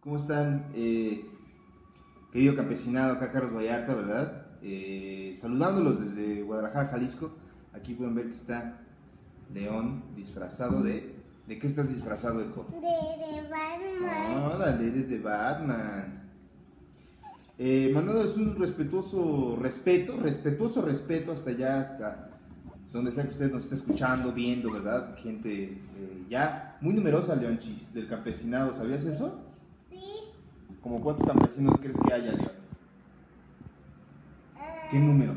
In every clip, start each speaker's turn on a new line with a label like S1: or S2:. S1: ¿Cómo están, eh, querido campesinado? Acá Carlos Vallarta, ¿verdad? Eh, saludándolos desde Guadalajara, Jalisco. Aquí pueden ver que está León disfrazado de... ¿De qué estás disfrazado, hijo?
S2: De, de Batman.
S1: Órale, eres de Batman. Eh, mandándoles un respetuoso respeto, respetuoso respeto hasta allá, hasta donde sea que usted nos esté escuchando, viendo, ¿verdad? Gente eh, ya muy numerosa, Leonchis, del campesinado. ¿Sabías eso?
S2: Sí.
S1: ¿Como cuántos campesinos crees que haya, León?
S2: ah,
S1: ¿Qué número?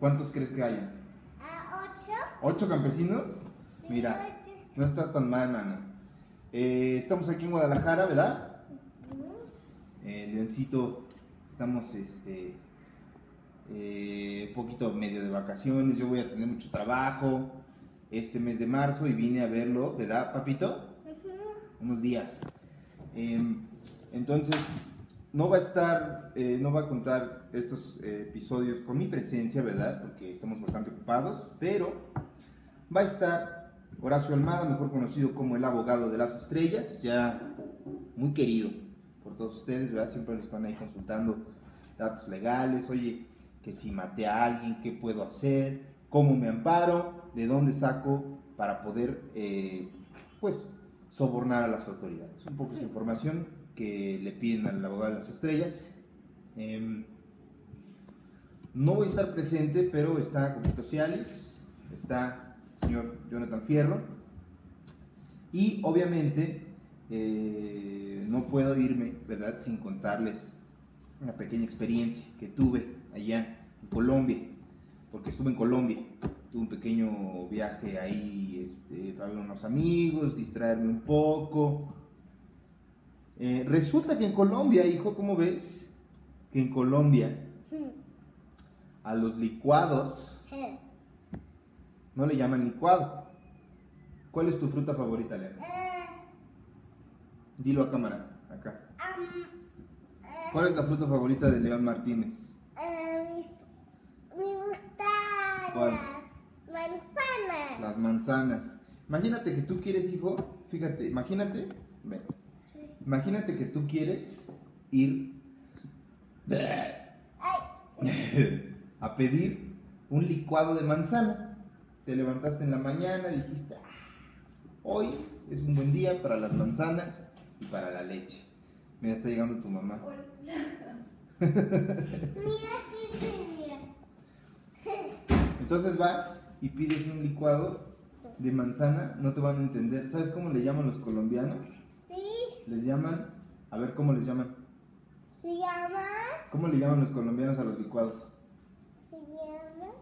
S1: ¿Cuántos crees que haya?
S2: ¿A ah, ocho?
S1: ¿Ocho campesinos?
S2: Sí,
S1: Mira,
S2: ocho.
S1: no estás tan mal, mano. Eh, estamos aquí en Guadalajara, ¿verdad? Eh, Leoncito, estamos este eh, un poquito medio de vacaciones, yo voy a tener mucho trabajo este mes de marzo y vine a verlo, ¿verdad, papito?
S2: Ujú.
S1: Unos días. Em, entonces, no va a estar, eh, no va a contar estos eh, episodios con mi presencia, ¿verdad? Porque estamos bastante ocupados, pero va a estar Horacio Almada, mejor conocido como el abogado de las estrellas, ya muy querido por todos ustedes, ¿verdad? Siempre le están ahí consultando datos legales, oye, que si maté a alguien, ¿qué puedo hacer? ¿Cómo me amparo? ¿De dónde saco para poder, eh, pues, sobornar a las autoridades? Un poco esa información que le piden al abogado de las estrellas. Em, no voy a estar presente, pero está Copito Cialis, está el señor Jonathan Fierro. Y obviamente eh, no puedo irme, ¿verdad?, sin contarles una pequeña experiencia que tuve allá en Colombia, porque estuve en Colombia. Tuve un pequeño viaje ahí este, para ver unos amigos, distraerme un poco. Eh, resulta que en Colombia, hijo, ¿cómo ves? Que en Colombia a los licuados
S2: Eh,
S1: no le llaman licuado. ¿Cuál es tu fruta favorita, Leandro?
S2: eh,
S1: Dilo a cámara, acá.
S2: am, eh,
S1: ¿Cuál es la fruta favorita de León Martínez?
S2: eh, mis- Me gusta
S1: ¿Cuál?
S2: las manzanas.
S1: Las manzanas. Imagínate que tú quieres, hijo, fíjate, imagínate, ven, imagínate que tú quieres ir
S2: Ay,
S1: a pedir un licuado de manzana. Te levantaste en la mañana, dijiste, "Ah, hoy es un buen día para las manzanas y para la leche. Mira, está llegando tu mamá.
S2: mira qué tenía.
S1: Entonces vas y pides un licuado de manzana, no te van a entender. ¿Sabes cómo le llaman los colombianos?
S2: Sí,
S1: Les llaman, a ver cómo les llaman.
S2: se llama.
S1: ¿Cómo le llaman los colombianos a los licuados?
S2: Se llama.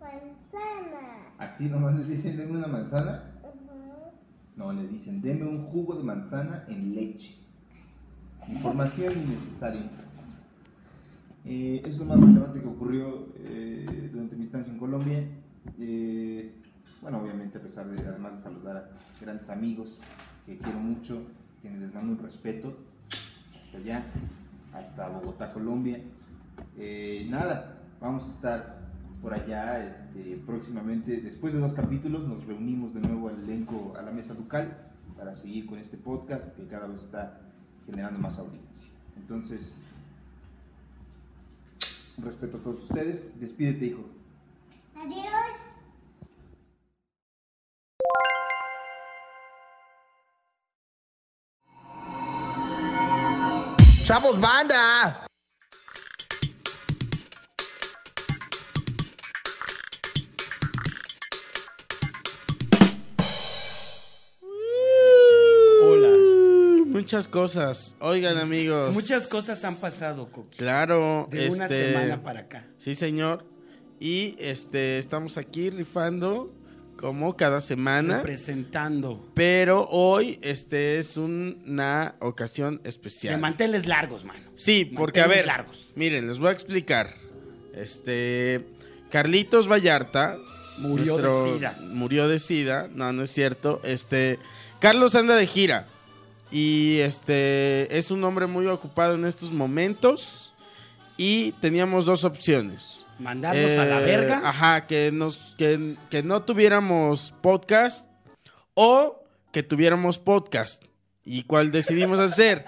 S2: Manzana.
S1: Así nomás les dicen, deme una manzana.
S2: Ujú.
S1: No, le dicen, deme un jugo de manzana en leche. Información innecesaria. Eh, es lo más relevante que ocurrió eh, durante mi estancia en Colombia. Eh, bueno, obviamente, a pesar de, además de saludar a grandes amigos que quiero mucho, quienes les mando un respeto, hasta allá, hasta Bogotá, Colombia. Eh, nada, vamos a estar por allá este, próximamente. Después de dos capítulos, nos reunimos de nuevo al elenco, a la mesa ducal, para seguir con este podcast que cada vez está generando más audiencia. Entonces, un respeto a todos ustedes. Despídete, hijo.
S2: Adiós.
S1: ¡Chavos, banda!
S3: Hola. Uh, Muchas cosas. Oigan, amigos.
S4: Muchas cosas han pasado, Coqui.
S3: Claro,
S4: De una
S3: este,
S4: semana para acá.
S3: Sí, señor. Y este estamos aquí rifando como cada semana,
S4: Representando.
S3: pero hoy este es una ocasión
S4: De
S3: especial.
S4: manteles largos, mano.
S3: Sí, porque a ver,
S4: Manteles largos.
S3: miren, les voy a explicar. Este Carlitos Vallarta
S4: Murió de sida.
S3: Murió de sida, no, no es cierto. Este Carlos anda de gira y este es un hombre muy ocupado en estos momentos y teníamos dos opciones.
S4: Mandarnos a la
S3: Eh,
S4: verga.
S3: Ajá, que nos que, que no tuviéramos podcast o que tuviéramos podcast. ¿Y cuál decidimos hacer?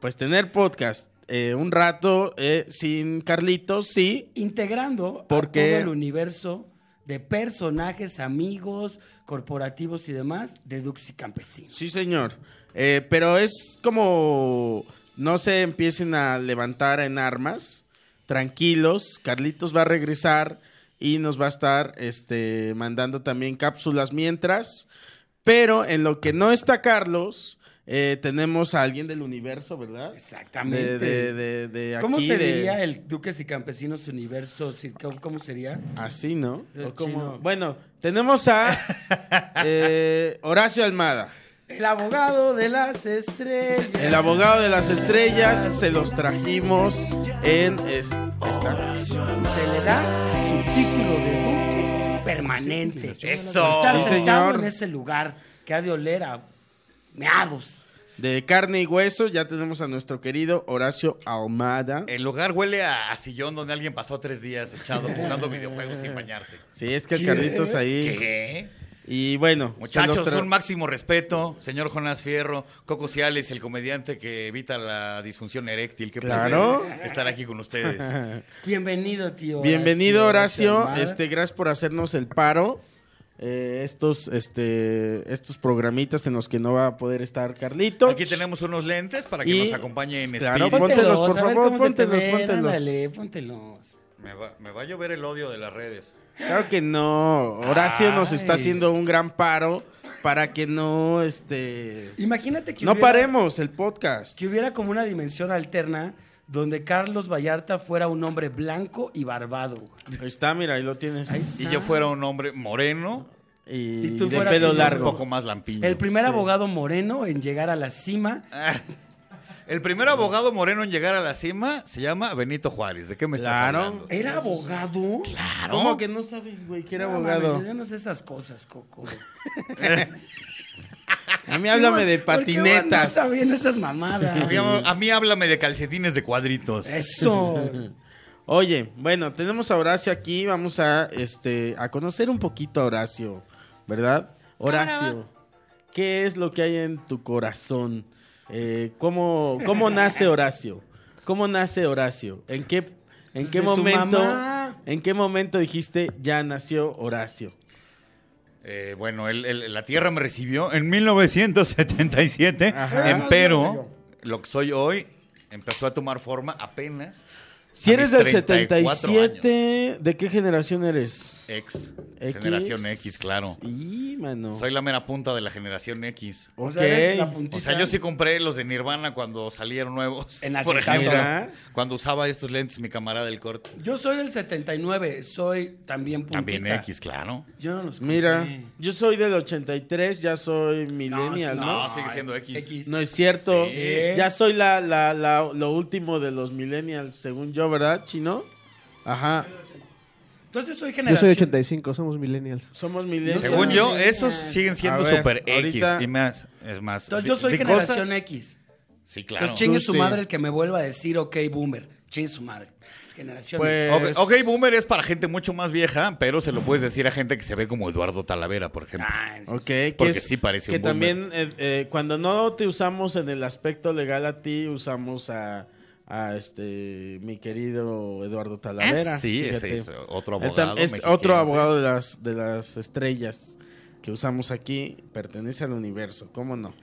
S3: pues tener podcast eh, un rato eh, sin Carlitos, sí.
S4: Integrando a
S3: Porque-
S4: todo el universo de personajes, amigos, corporativos y demás de Dux y Campesinos.
S3: Sí, señor. Eh, pero es como no se empiecen a levantar en armas. Tranquilos, Carlitos va a regresar y nos va a estar este, mandando también cápsulas mientras. Pero en lo que no está Carlos, eh, tenemos a alguien del universo, ¿verdad?
S4: Exactamente.
S3: De, de- de- de
S4: ¿Cómo
S3: aquí,
S4: se
S3: de-
S4: diría el Duques y Campesinos Universo? Sí, ¿Cómo, cómo sería?
S3: Así, ¿no?
S4: De
S3: O como-
S4: chino.
S3: Bueno, tenemos a eh, Horacio Almada.
S4: El abogado de las estrellas.
S3: El abogado de las estrellas se los trajimos en es- esta.
S4: se le da su título de duque permanente. Eso. Estar
S3: Sí,
S4: sentado
S3: señor.
S4: en ese lugar que ha de oler a meados.
S3: De carne y hueso, ya tenemos a nuestro querido Horacio Almada.
S5: El lugar huele a, a sillón donde alguien pasó tres días echado jugando videojuegos sin bañarse.
S3: Sí, es que el Carlitos ahí.
S5: ¿Qué?
S3: Y bueno, se
S5: Muchachos,
S3: los tra-
S5: un máximo respeto. Señor Jonás Fierro, Coco Ciales, el comediante que evita la disfunción eréctil. Qué placer
S3: Claro.
S5: estar aquí con ustedes.
S4: Bienvenido, tío. Horacio,
S3: Bienvenido, Horacio.
S4: Almada.
S3: Este, gracias por hacernos el paro. Eh, estos, este, estos programitas en los que no va a poder estar Carlitos.
S5: Aquí tenemos unos lentes para que
S3: Y-
S5: nos acompañe en
S3: claro,
S5: espíritu.
S3: póntelos, por
S4: a ver
S3: favor,
S4: cómo se te
S3: póntelos,
S4: ven,
S3: póntelos.
S4: ándale, póntelos.
S5: Me va, me va a llover el odio de las redes.
S3: Claro que no. Horacio nos está
S4: Ay.
S3: haciendo un gran paro para que no, este,
S4: Imagínate que
S3: no
S4: hubiera-
S3: paremos el podcast.
S4: Que hubiera como una dimensión alterna donde Carlos Vallarta fuera un hombre blanco y barbado. güey.
S3: Ahí está, mira, ahí lo tienes.
S4: Ahí
S5: Y yo fuera un hombre moreno,
S3: Y,
S4: Y tú
S3: de
S4: fueras
S3: pelo
S4: así,
S5: un
S3: largo.
S5: poco más lampiño.
S4: El
S5: El,
S4: primer abogado moreno en llegar a la cima.
S5: primer abogado moreno en llegar a la cima se llama Benito Juárez. ¿De qué me estás
S3: Claro.
S5: hablando?
S4: ¿Era abogado?
S5: Claro.
S3: ¿Cómo que no ¿eh? sabes, güey, que era
S4: No,
S3: abogado?
S4: mames, yo no sé esas cosas, Coco.
S3: A mí háblame de
S4: ¿Por qué
S3: patinetas.
S4: van viendo esas mamadas.
S5: A mí- A mí háblame de calcetines de cuadritos.
S4: Eso.
S3: Oye, bueno, tenemos a Horacio aquí, vamos a este a conocer un poquito a Horacio, ¿verdad? Horacio, ¿qué es lo que hay en tu corazón? Eh, ¿cómo, ¿Cómo nace Horacio? ¿Cómo nace Horacio? ¿En qué, en
S4: Desde
S3: qué
S4: su
S3: momento?
S4: mamá.
S3: ¿En qué momento dijiste ya nació Horacio?
S5: Eh, bueno, el- el- la Tierra me recibió en 1977,
S3: Ajá.
S4: Ah,
S5: empero lo que soy hoy empezó a tomar forma apenas.
S3: Si
S5: a
S3: eres
S5: mis
S3: del
S5: 34
S3: 77, ¿de qué generación eres?
S5: Ex, Eh, generación X, claro.
S3: Y mano.
S5: Soy la mera punta de la generación X.
S3: Ok.
S4: O sea, eres la puntita.
S5: O sea, yo sí compré los de Nirvana cuando salieron nuevos.
S4: En
S5: Por
S4: acetato.
S5: ejemplo,
S3: Mira.
S5: cuando usaba estos lentes mi camarada del corte.
S4: Yo soy del 79, soy también puntita.
S5: También X, claro.
S4: Yo no los
S3: Mira,
S4: compré.
S3: yo soy del 83, ya soy millennial, ¿no?
S5: No,
S3: No,
S5: sigue siendo X.
S3: es cierto.
S4: Sí.
S3: Ya soy la, la- la- lo último de los millennials, según yo, ¿verdad, chino? Ajá.
S4: Entonces soy
S6: Yo soy
S4: generación.
S6: 85, somos millennials.
S3: Somos millennials.
S5: Según
S4: soy
S5: yo,
S4: millennial.
S5: esos siguen siendo
S3: A ver,
S5: super X.
S3: ahorita-
S5: Y más, es más.
S4: Entonces
S5: de-
S4: yo soy
S5: de
S4: generación
S5: cosas-
S4: X.
S5: Sí,
S4: Entonces
S5: claro.
S4: chingue
S3: Tú
S4: su
S3: sí.
S4: madre el que me vuelva a decir, ok, boomer. Chingue su madre. Es generación
S3: Pues-
S4: X.
S5: Ok, ok, Boomer es para gente mucho más vieja, pero se lo puedes decir a gente que se ve como Eduardo Talavera, por ejemplo.
S4: Ah, en-
S3: Ok, que
S5: Porque
S3: es-
S5: sí parece
S3: Que
S5: un boomer.
S3: también, eh, eh, cuando no te usamos en el aspecto legal a ti, usamos a, a este mi querido Eduardo Talavera.
S5: Ah, sí, ese
S3: fíjate.
S5: es otro
S3: Él tam-
S5: abogado.
S3: es
S5: mexicano,
S3: otro
S5: sí.
S3: abogado de las, de las estrellas que usamos aquí, pertenece al universo, ¿cómo no?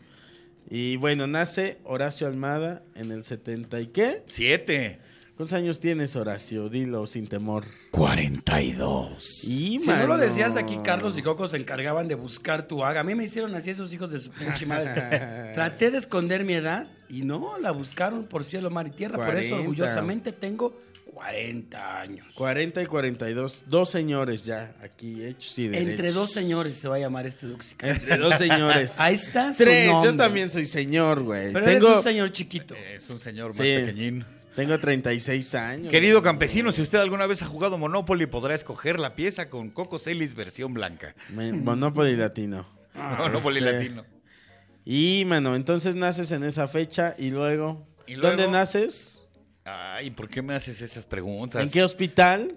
S3: Y bueno, nace Horacio Almada en el 70 y qué?
S5: Siete.
S3: ¿Cuántos años tienes, Horacio? Dilo sin temor.
S5: Cuarenta y dos.
S3: Y,
S4: Si no lo decías aquí, Carlos y Coco se encargaban de buscar tu haga. A mí me hicieron así esos hijos de su pinche madre. Traté de esconder mi edad y no, la buscaron por cielo, mar y tierra. Por
S3: 40.
S4: eso orgullosamente tengo 40 años.
S3: 40 y 42, dos señores ya aquí hechos y derechos.
S4: Entre dos señores se va a llamar este duxica.
S3: Entre dos señores.
S4: Ahí está su
S3: Tres, yo
S4: nombre.
S3: también soy señor, güey.
S4: Pero eres
S3: Tengo,
S4: un señor chiquito.
S5: Es un señor más
S3: Sí.
S5: pequeñín.
S3: tengo 36 años.
S5: Querido
S3: güey.
S5: campesino, si usted alguna vez ha jugado Monopoly, podrá escoger la pieza con Coco Celis versión blanca.
S3: Me- Monopoly latino.
S5: Monopoly
S3: este-
S5: latino.
S3: Y, mano, entonces naces en esa fecha y luego...
S5: Y luego-
S3: ¿Dónde naces?
S5: Ay, ¿por qué me haces esas preguntas? Ah,
S3: ¿En qué hospital?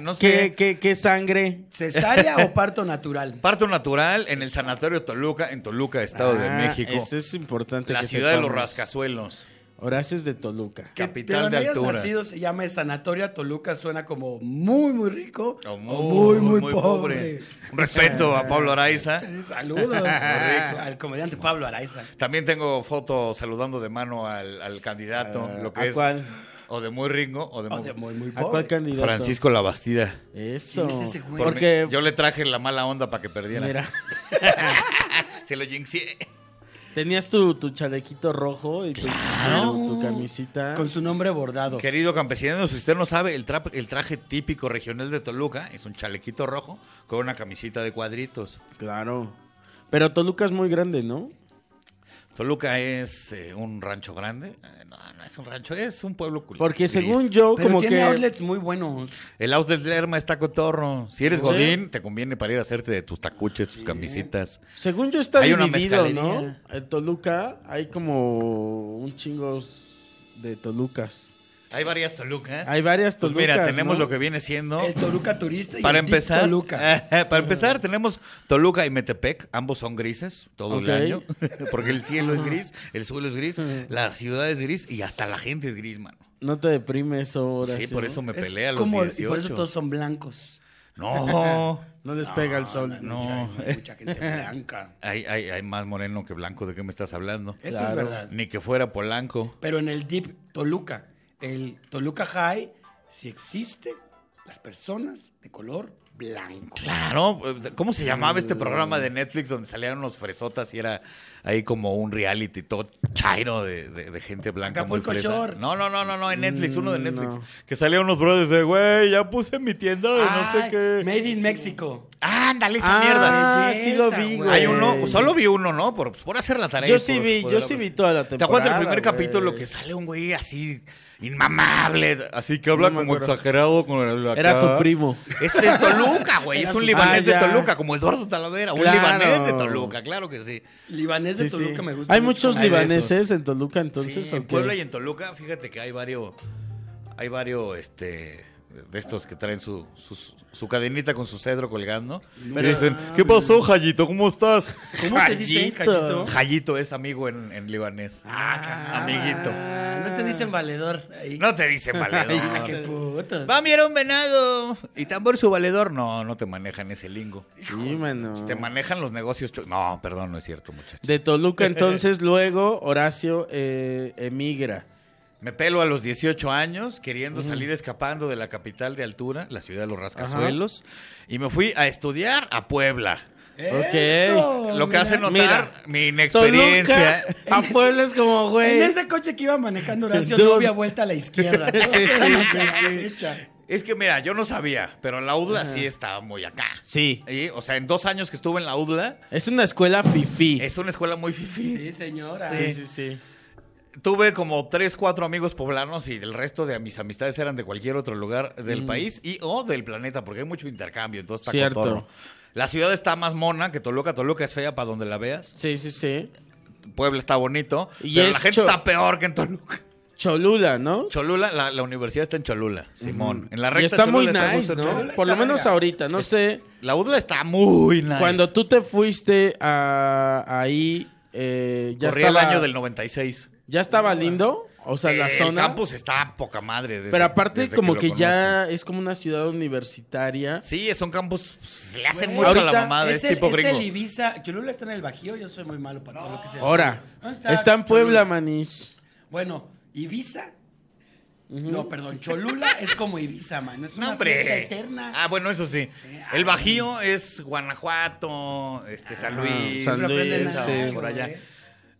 S5: no sé.
S3: ¿Qué, qué, qué sangre?
S4: ¿Cesárea o parto natural?
S5: Parto natural en el Sanatorio Toluca, en Toluca, Estado de
S3: Ah,
S5: México.
S3: Eso es importante.
S5: la
S3: que
S5: ciudad de los
S3: sepamos.
S5: rascazuelos.
S3: Horacio es de Toluca.
S4: Que
S5: Capital
S4: donde
S5: de
S4: hayas
S5: altura.
S4: nacido se llama Sanatorio a Toluca, suena como muy, muy rico
S5: O
S4: o Oh, muy, muy, pobre.
S5: Oh, Un respeto a Pablo Araiza.
S4: Eh, Saludos al comediante Pablo Araiza.
S5: También tengo foto saludando de mano al, al candidato,
S3: Ah,
S5: lo que
S3: ¿a
S5: es
S3: cuál?
S5: o de muy ringo o de
S4: O
S5: muy,
S4: de muy, muy
S3: ¿A cuál
S4: pobre.
S3: candidato?
S5: Francisco Labastida.
S3: Eso.
S4: ¿Quién es ese güey?
S5: Por
S3: Porque,
S5: mí- yo le traje la mala onda para que perdiera.
S3: mira,
S5: Se lo jinxié.
S3: tenías tu, tu chalequito rojo y tu,
S4: Claro.
S3: tu- tu camisita.
S4: Con su nombre
S3: Oh.
S4: bordado.
S5: Querido campesino, si usted no sabe, el, tra- el traje típico regional de Toluca es un chalequito rojo con una camisita de cuadritos.
S3: Claro. Pero Toluca es muy grande, ¿no?
S5: Toluca es eh, un rancho grande. Eh, No, no es un rancho, es un pueblo cultural.
S3: Porque según yo,
S4: Pero
S3: como
S4: tiene
S3: que...
S4: outlets muy buenos.
S5: El outlet Lerma está cotorro. Si eres
S3: Sí.
S5: godín, te conviene para ir a hacerte de tus tacuches, tus camisitas.
S3: Según yo está
S5: Hay una
S3: dividido, ¿no?
S5: mezcalería.
S3: En Toluca hay como un chingo de Tolucas.
S5: Hay varias Tolucas.
S3: Hay varias
S5: Pues
S3: Tolucas,
S5: mira, tenemos
S3: ¿no?
S5: lo que viene siendo...
S4: El Toluca turista y
S5: Para
S4: el Deep
S5: empezar, eh,
S4: Toluca.
S5: para empezar tenemos Toluca y Metepec, ambos son grises todo
S3: Ok.
S5: el año, porque el cielo es gris, el suelo es gris, la ciudad es gris y hasta la gente es gris, mano.
S3: No te deprimes ahora.
S5: sí, por eso me
S4: Es
S5: pelea a los
S4: como-
S5: 18.
S4: Y por eso todos son blancos. Ah,
S5: No,
S3: No les pega el sol.
S5: no.
S4: Hay mucha gente blanca.
S5: Hay, hay, hay más moreno que blanco, ¿de qué me estás hablando?
S4: Eso
S3: Claro.
S4: es verdad.
S5: Ni que fuera polanco.
S4: Pero en el Deep Toluca, el Toluca High, si existe las personas de color blanco.
S5: Claro, ¿cómo se llamaba este programa
S3: Mm.
S5: de Netflix donde salían unos fresotas y era ahí como un reality todo chairo de, de- de gente blanca
S4: Acapulco
S5: muy fresa?
S4: Shore.
S5: No, no, no, no, no, en Netflix, uno de
S3: Mm,
S5: Netflix.
S3: no.
S5: Que salían unos brothers de, güey, ya puse mi tienda de no sé
S4: Ay,
S5: qué.
S4: Made in Mexico.
S5: Ándale, esa
S3: Ah,
S5: mierda.
S4: es
S3: sí lo
S4: esa,
S3: vi,
S4: güey.
S3: güey.
S5: Hay uno, solo vi uno, ¿no? Por, pues, por hacer la tarea. y
S3: Yo sí
S5: por
S3: vi,
S5: poder
S3: yo sí
S5: hablar.
S3: vi toda la
S5: ¿Te
S3: temporada.
S5: acuerdas del primer
S3: güey?
S5: capítulo que sale un güey así, inmamable, así que habla
S3: No me
S5: como
S3: acuerdo.
S5: exagerado con el acá?
S3: Era tu primo.
S5: Es de Toluca, güey.
S4: Era
S5: Es un
S4: su-
S5: libanés
S3: Ah,
S5: de
S3: ya.
S5: Toluca, como Eduardo Talavera. Un
S3: Claro.
S5: libanés de Toluca, claro que sí.
S4: Libanés de
S3: Sí, sí.
S4: Toluca me gusta.
S3: Hay
S4: mucho.
S3: muchos
S5: Hay de
S3: libaneses en Toluca, entonces.
S5: Sí, en
S3: ¿o qué?
S5: Puebla y en Toluca, fíjate que hay varios, hay varios, este, de estos que traen su, sus- su cadenita con su cedro colgando.
S4: Pero-
S5: y dicen, ¿qué pasó, Jayito? ¿Cómo estás?
S4: ¿Cómo te dicen,
S3: Jallito.
S4: cachito?
S5: Jayito es amigo en, en libanés.
S4: Ah,
S5: Amiguito.
S4: No te dicen valedor. ahí.
S5: No te dicen
S4: Ah, qué
S5: valedor.
S4: putos.
S5: Va, mira un venado. Y tambor su valedor. No, no te manejan ese lingo.
S3: Sí, mano.
S5: Te manejan los negocios. chu- No, perdón, no es cierto, muchachos.
S3: De Toluca, entonces, luego Horacio eh, emigra.
S5: Me pelo a los 18 años, queriendo
S3: Mm.
S5: salir escapando de la capital de altura, la ciudad de los rascacielos, y me fui a estudiar a Puebla.
S3: Ok.
S4: Eso,
S5: Lo que
S4: mira.
S5: hace notar
S3: Mira,
S5: mi
S3: Toluca
S5: inexperiencia.
S3: a Puebla es como, güey.
S4: En ese coche que iba manejando Horacio
S3: Dude.
S4: no había vuelta a la izquierda.
S3: Sí, sí, sí,
S5: Es que mira, yo no sabía, pero la UDLA sí estaba muy acá.
S3: Sí.
S5: Y, o sea, en dos años que estuve en la UDLA,
S3: Es una escuela fifí.
S5: es una escuela muy fifí.
S4: Sí, señora.
S5: eh.
S3: Sí, sí, sí.
S5: Tuve como tres, cuatro amigos poblanos y el resto de mis amistades eran de cualquier otro lugar del país y o del planeta, porque hay mucho intercambio, entonces está
S3: Mm. Cierto.
S5: cotorro. La ciudad está más mona que Toluca. Toluca es fea para donde la veas.
S3: Sí, sí, sí.
S5: Puebla está bonito.
S3: Y
S5: pero
S3: es
S5: la gente
S3: Cho-
S5: está peor que en Toluca.
S3: Cholula, ¿no?
S5: Cholula, la, la universidad está en Cholula, Simón. En la
S3: y
S5: recta
S3: está muy
S5: Cholula
S3: nice,
S5: justo en
S3: ¿no?
S5: Cholula.
S3: Por lo
S4: está
S3: menos
S4: verga.
S3: ahorita, no sé.
S5: La UDLA está muy nice.
S3: Cuando tú te fuiste a ahí, eh, ya
S5: Corría
S3: estaba,
S5: el año del 96.
S3: ya estaba lindo, o sea, la
S5: Sí,
S3: zona.
S5: El campus está a poca madre. desde-
S3: pero aparte
S5: desde
S3: como
S5: lo
S3: que, ya
S5: conozco.
S3: es como una ciudad universitaria.
S5: Sí, es un campus... pues, Le hacen
S4: Güey,
S5: mucho a la
S3: ahorita
S5: mamada de
S4: Es,
S5: este
S4: el,
S5: tipo
S4: es
S5: gringo.
S4: el Ibiza. Cholula está en el Bajío. Yo soy muy malo para todo lo que sea.
S3: Ahora,
S4: ¿Dónde
S3: está, en Puebla,
S4: Cholula?
S3: manís.
S4: Bueno, Ibiza. No, perdón. Cholula es como Ibiza, man. Es
S5: No,
S4: una fiesta
S5: hombre.
S4: eterna.
S5: Ah, bueno, eso sí.
S3: Eh, ah.
S5: El Bajío es Guanajuato, este, San Luis,
S3: San
S5: Siempre
S3: Luis,
S5: aprenden
S3: sí.
S5: algo, por allá.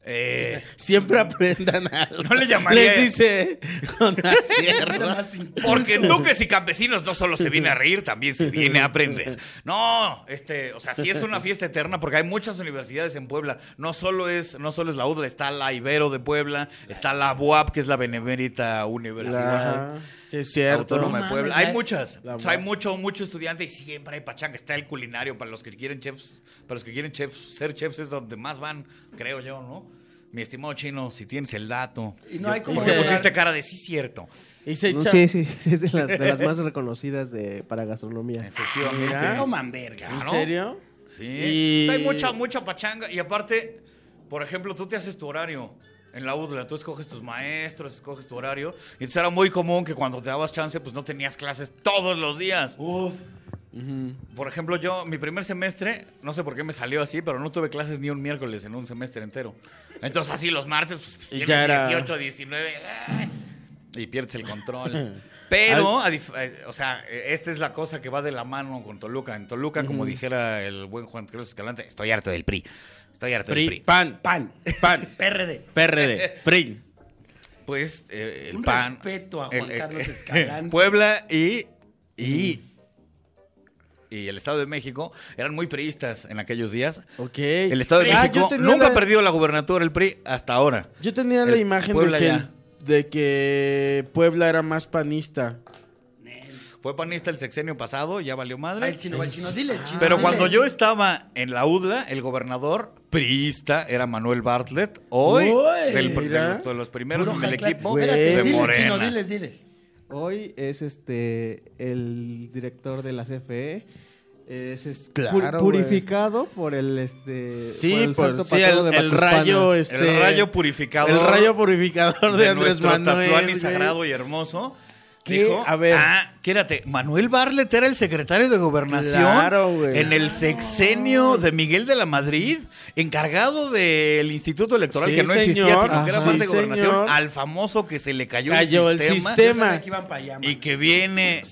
S5: Eh,
S3: Siempre aprendan algo.
S5: No le llamaría-
S3: Les dice con la
S4: Nada
S3: sierra.
S4: más sin-
S5: porque en Duques y Campesinos no solo se viene a reír, también se viene a aprender. No, este, o sea, sí es una fiesta eterna porque hay muchas universidades en Puebla. No solo es, no solo es la UDLA, está la Ibero de Puebla, está la UAP, que es la Benemérita Universidad.
S3: Ajá, sí, es cierto.
S5: Autónoma
S4: No
S5: de Puebla.
S4: mames,
S5: Hay
S4: la-
S5: muchas.
S3: la
S5: O sea, hay
S3: verdad.
S5: mucho, mucho estudiante y siempre hay pachanga. Está el culinario para los que quieren chefs, para los que quieren chefs, ser chefs es donde más van, creo yo, ¿no? Mi estimado chino, si tienes el dato.
S4: Y no hay
S5: Yo-
S4: como
S5: ¿Por qué
S6: regular-
S5: pusiste cara de sí cierto.
S3: Y se
S6: No,
S3: echa-
S6: sí, sí, sí, es de las, de las más reconocidas de, para gastronomía.
S5: Efectivamente.
S3: mira.
S4: No man verga.
S3: ¿En
S5: Claro.
S3: serio?
S5: Sí.
S3: Y-
S5: O sea, Hay mucha, mucha pachanga. Y aparte, por ejemplo, tú te haces tu horario en la UDLA. Tú escoges tus maestros, escoges tu horario. Y entonces era muy común que cuando te dabas chance, pues no tenías clases todos los días.
S1: Uf,
S5: Por ejemplo, yo, mi primer semestre, no sé por qué me salió así, pero no tuve clases ni un miércoles en un semestre entero. Entonces, así los martes, pues,
S3: Y
S5: tienes
S3: ya era-
S5: 18, 19. ¡ah! Y pierdes el control. Pero, a dif- eh, o sea, eh, esta es la cosa que va de la mano con Toluca. En Toluca, como dijera el buen Juan Carlos Escalante, estoy harto del PRI. Estoy harto
S3: PRI,
S5: del PRI.
S3: PAN,
S4: Pan.
S3: PAN,
S4: PRD.
S3: PRD, PRI.
S5: Pues, eh, el
S4: Un
S5: PAN.
S4: respeto a
S5: el-
S4: Juan
S5: el- eh, pues,
S4: Carlos Escalante.
S5: Puebla y. y y el Estado de México eran muy priistas en aquellos días.
S3: Ok.
S5: El Estado de
S3: Ah,
S5: México
S3: yo tenía
S5: nunca
S3: la-
S5: ha perdido la gubernatura el PRI hasta ahora.
S3: Yo tenía la
S5: El
S3: imagen de
S5: Puebla
S3: que,
S5: ya.
S3: de que Puebla era más panista.
S5: Fue panista el sexenio pasado, ya valió madre.
S4: Al chino, al chino. Dile, chino.
S5: pues, ah, Pero
S4: dile.
S5: cuando yo estaba en la UDLA, el gobernador priista era Manuel Bartlett. Hoy,
S3: Uy,
S5: del- del-
S3: mira.
S5: de los primeros
S4: Puro
S5: del
S4: high class.
S5: equipo,
S6: Güey.
S4: Espérate,
S5: de
S4: diles,
S5: Morena.
S4: chino, diles, diles.
S6: Hoy es este el director de la CFE. Es, es
S3: Claro,
S6: pur- purificado por el este
S3: Sí,
S6: por el
S3: pues,
S6: santo
S3: sí,
S6: patrono
S3: el-
S6: de
S3: el
S6: Macuspana.
S3: rayo es- este-
S5: el rayo purificador.
S3: El rayo purificador de,
S5: de
S3: Andrés
S5: nuestro
S3: Manuel.
S5: Tatuani
S3: güey.
S5: sagrado y hermoso.
S3: ¿Qué?
S5: Dijo,
S3: A ver.
S5: ah, quédate, Manuel Barlet era el secretario de Gobernación
S3: Claro, güey. Ah.
S5: en el sexenio de Miguel de la Madrid, encargado del Instituto Electoral
S3: Sí,
S5: que no existía,
S3: señor.
S5: sino que era
S6: Ajá.
S5: parte de
S3: Sí,
S5: Gobernación,
S3: señor.
S5: al famoso que se le cayó,
S3: Cayó el
S5: el sistema,
S3: sistema.
S4: Yo sabía que iban para allá, man.
S5: y que viene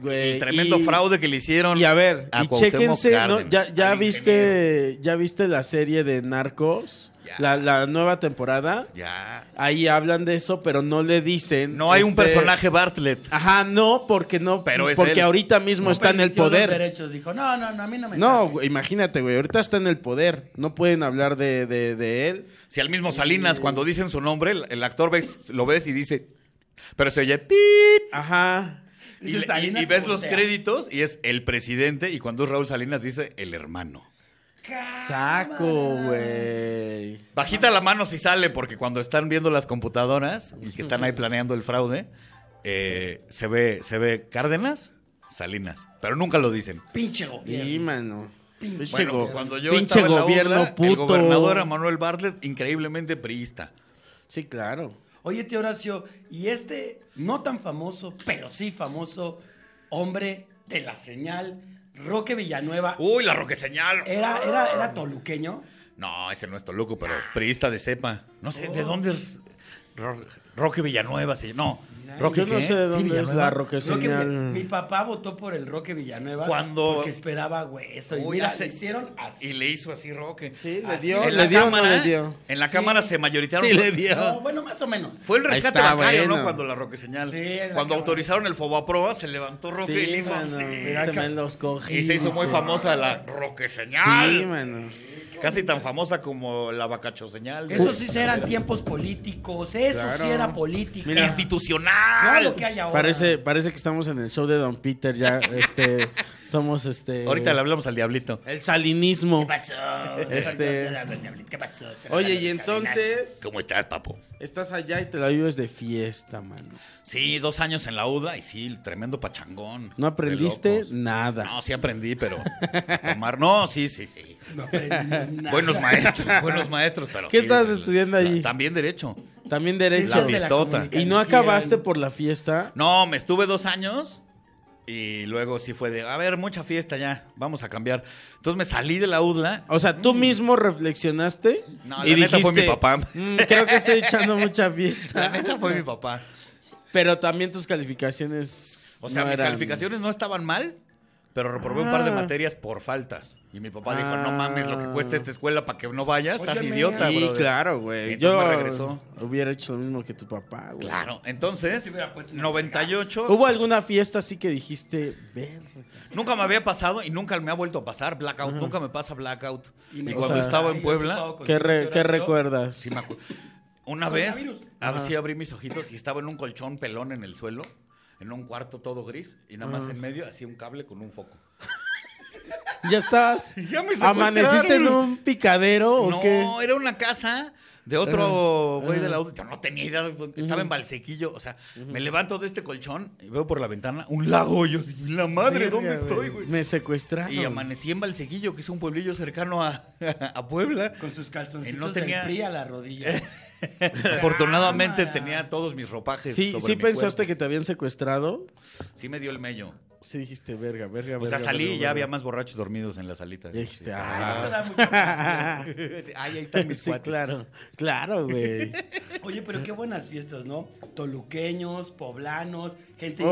S3: Güey,
S5: el tremendo
S3: y-
S5: fraude que le hicieron.
S3: Y a ver,
S5: a
S3: y
S5: Cuauhtémoc
S3: chéquense, ¿no?
S5: Cárdenas,
S3: ya, ya
S5: al
S3: viste, ya viste la serie de Narcos,
S5: Ya.
S3: la, la nueva temporada.
S5: ingeniero. Ya.
S3: Ahí hablan de eso, pero no le dicen.
S5: No hay un
S3: este-
S5: personaje Bartlett.
S3: Ajá, no, porque no,
S5: Pero es
S3: porque
S5: él.
S3: ahorita mismo
S4: No
S3: está en el
S4: permitió los
S3: poder.
S4: derechos. Dijo, no, no, no, a mí no me
S3: No,
S4: sale".
S3: güey, imagínate, güey, ahorita está en el poder. No pueden hablar de, de- de él.
S5: Si al mismo Salinas,
S3: eh,
S5: cuando dicen su nombre, el, el actor ves, lo ves y dice, pero se oye, "Pip".
S3: Ajá.
S5: Y,
S4: Dice
S5: le- y-
S4: Salinas
S5: y ves los
S4: Ortega.
S5: créditos y es el presidente y cuando es Raúl Salinas dice el hermano.
S3: Saco, güey.
S5: Bajita la mano si sale porque cuando están viendo las computadoras y que están ahí planeando el fraude, eh, se, ve, se ve Cárdenas, Salinas, pero nunca lo dicen.
S4: Pinche gobierno.
S3: Y, mano. Pinche,
S5: Bueno,
S3: go-
S5: cuando yo
S3: pinche
S5: estaba en la
S3: gobierno
S5: UDLA,
S3: puto.
S5: el gobernador era Manuel Bartlett, increíblemente priista.
S3: Sí, claro.
S4: Oye, tío Horacio, y este no tan famoso, pero sí famoso hombre de la señal, Roque Villanueva,
S5: Uy, la Roqueseñal.
S4: era, era, era toluqueño.
S5: No, ese no es Toluco, pero priista de cepa. No sé, ¿de dónde es Ro- Roque Villanueva? se- No,
S4: Mira,
S5: Roque
S3: Yo no
S5: ¿qué?
S3: sé de
S5: Sí,
S3: dónde es
S5: Villanueva.
S3: la roque
S4: Roque
S3: señal.
S4: Villa- mi papá votó por el Roque Villanueva
S5: Cuando-
S4: porque esperaba güey, eso. Y
S5: Uy,
S4: mira,
S5: hace-
S4: le hicieron así.
S5: Y le hizo así Roque.
S3: Sí, le
S4: Así
S3: dio,
S4: es.
S5: Ah, en
S3: le
S5: la
S3: dio, o no
S5: cámara,
S3: le dio.
S5: en la
S4: Sí.
S5: cámara se mayoritaron.
S3: Sí, le dio.
S4: No, bueno, más o menos.
S5: Fue el
S3: Ahí
S5: rescate
S3: está,
S5: bancario,
S3: bueno.
S5: ¿no? Cuando la Roque señal.
S4: Sí, en la
S5: Cuando
S4: cámara.
S5: autorizaron el Fobaproa, se levantó Roque y le
S3: Sí,
S5: hizo
S3: mano.
S5: así.
S3: Se me los cogí.
S5: Y se hizo muy Ah,
S3: sí.
S5: famosa la Roque señal.
S3: Sí, mano.
S5: Casi tan famosa como la Bacacho señal.
S4: Eso sí eran tiempos políticos, eso
S3: Claro.
S4: sí era política.
S3: Mira.
S5: Institucional.
S4: No lo que hay ahora.
S3: Parece, parece que estamos en el show de Don Peter ya, este, somos este...
S5: Ahorita le hablamos al diablito.
S3: El salinismo.
S4: pasó?
S3: Este-
S4: ¿Qué pasó?
S3: Oye, y entonces,
S5: ¿Cómo estás, papo?
S3: estás allá y te la vives de fiesta, mano.
S5: Sí, dos años en la UDA y sí, el tremendo pachangón.
S3: No
S5: De
S3: aprendiste
S5: locos.
S3: nada.
S5: No, sí aprendí, pero tomar. No, sí, sí, sí.
S4: No aprendimos nada.
S5: Buenos maestros, buenos maestros, pero.
S3: ¿Qué
S5: sí,
S3: estabas
S5: la-
S3: estudiando allí?
S5: la- También derecho.
S3: También
S5: La
S3: derecho.
S5: sí, sí.
S4: pistota.
S5: bistota.
S3: y no acabaste por la fiesta.
S5: No, me estuve dos años y luego sí fue de, a ver, mucha fiesta ya, vamos a cambiar. Entonces me salí de la UDLA.
S3: O sea,
S5: Mm.
S3: tú mismo reflexionaste
S5: No,
S3: y
S5: la
S3: dijiste,
S5: neta fue mi papá.
S3: "Mm, creo que estoy echando mucha
S5: La
S3: fiesta.
S5: neta fue mi papá.
S3: Pero también tus calificaciones.
S5: O sea,
S3: no
S5: mis
S3: eran-
S5: calificaciones no estaban mal, pero reprobé un par de
S3: Ah.
S5: materias por faltas. Y mi papá dijo,
S3: Ah.
S5: no mames, lo que cuesta esta escuela para que no vayas, estás
S4: Óyeme.
S5: idiota,
S3: Sí,
S5: brother".
S3: claro, güey.
S5: Entonces
S3: Yo
S5: me regresó.
S3: hubiera hecho lo mismo que tu papá, güey.
S5: Claro, entonces,
S4: Sí, hubiera puesto una
S5: 98,
S3: ¿Hubo alguna fiesta así que dijiste, ver?
S5: nunca me había pasado y nunca me ha vuelto a pasar blackout, nunca me pasa blackout. Y,
S4: me-
S5: cuando
S3: O sea,
S5: estaba
S4: Ay, yo
S5: en Puebla,
S4: chupado con
S3: ¿Qué,
S4: tu
S3: re-
S4: tío
S3: qué
S4: Horacio.
S3: recuerdas?
S5: sí me acu- una vez,
S4: Coronavirus.
S5: así abrí mis ojitos y estaba en un colchón pelón en el suelo, en un cuarto todo gris y nada más en medio así un cable con un foco.
S3: ¿Ya estabas?
S5: Ya me secuestraron.
S3: ¿Amaneciste en un picadero o
S5: no,
S3: qué?
S5: era una casa de otro güey de la UDLA. Yo no tenía idea. de- Estaba en Valsequillo. O sea, me levanto de este colchón y veo por la ventana un lago. Yo, la madre, ¿dónde
S3: Verga,
S5: estoy, güey?
S3: Me secuestraron.
S5: Y amanecí en Valsequillo, que es un pueblillo cercano a, a Puebla.
S4: Con sus calzoncitos
S5: No tenía-
S4: en fría la rodilla.
S5: Afortunadamente
S4: Cámara.
S5: tenía todos mis ropajes.
S3: Ah. Sí,
S5: sobre
S3: sí
S5: mi
S3: pensaste
S5: cuerpo.
S3: que te habían secuestrado.
S5: Sí me dio el mello.
S3: Sí dijiste, verga, verga,
S5: O sea,
S3: verga,
S5: salí
S3: verga,
S5: y ya
S3: verga.
S5: había más borrachos dormidos en la salita.
S3: Y dijiste,
S5: Sí.
S3: ah.
S4: Te da mucha presión.
S5: Sí, ay, ahí están mis
S3: Sí,
S5: cuates.
S3: claro. Claro, güey.
S4: Oye, pero qué buenas fiestas, ¿no? Toluqueños, poblanos, gente
S3: Oh.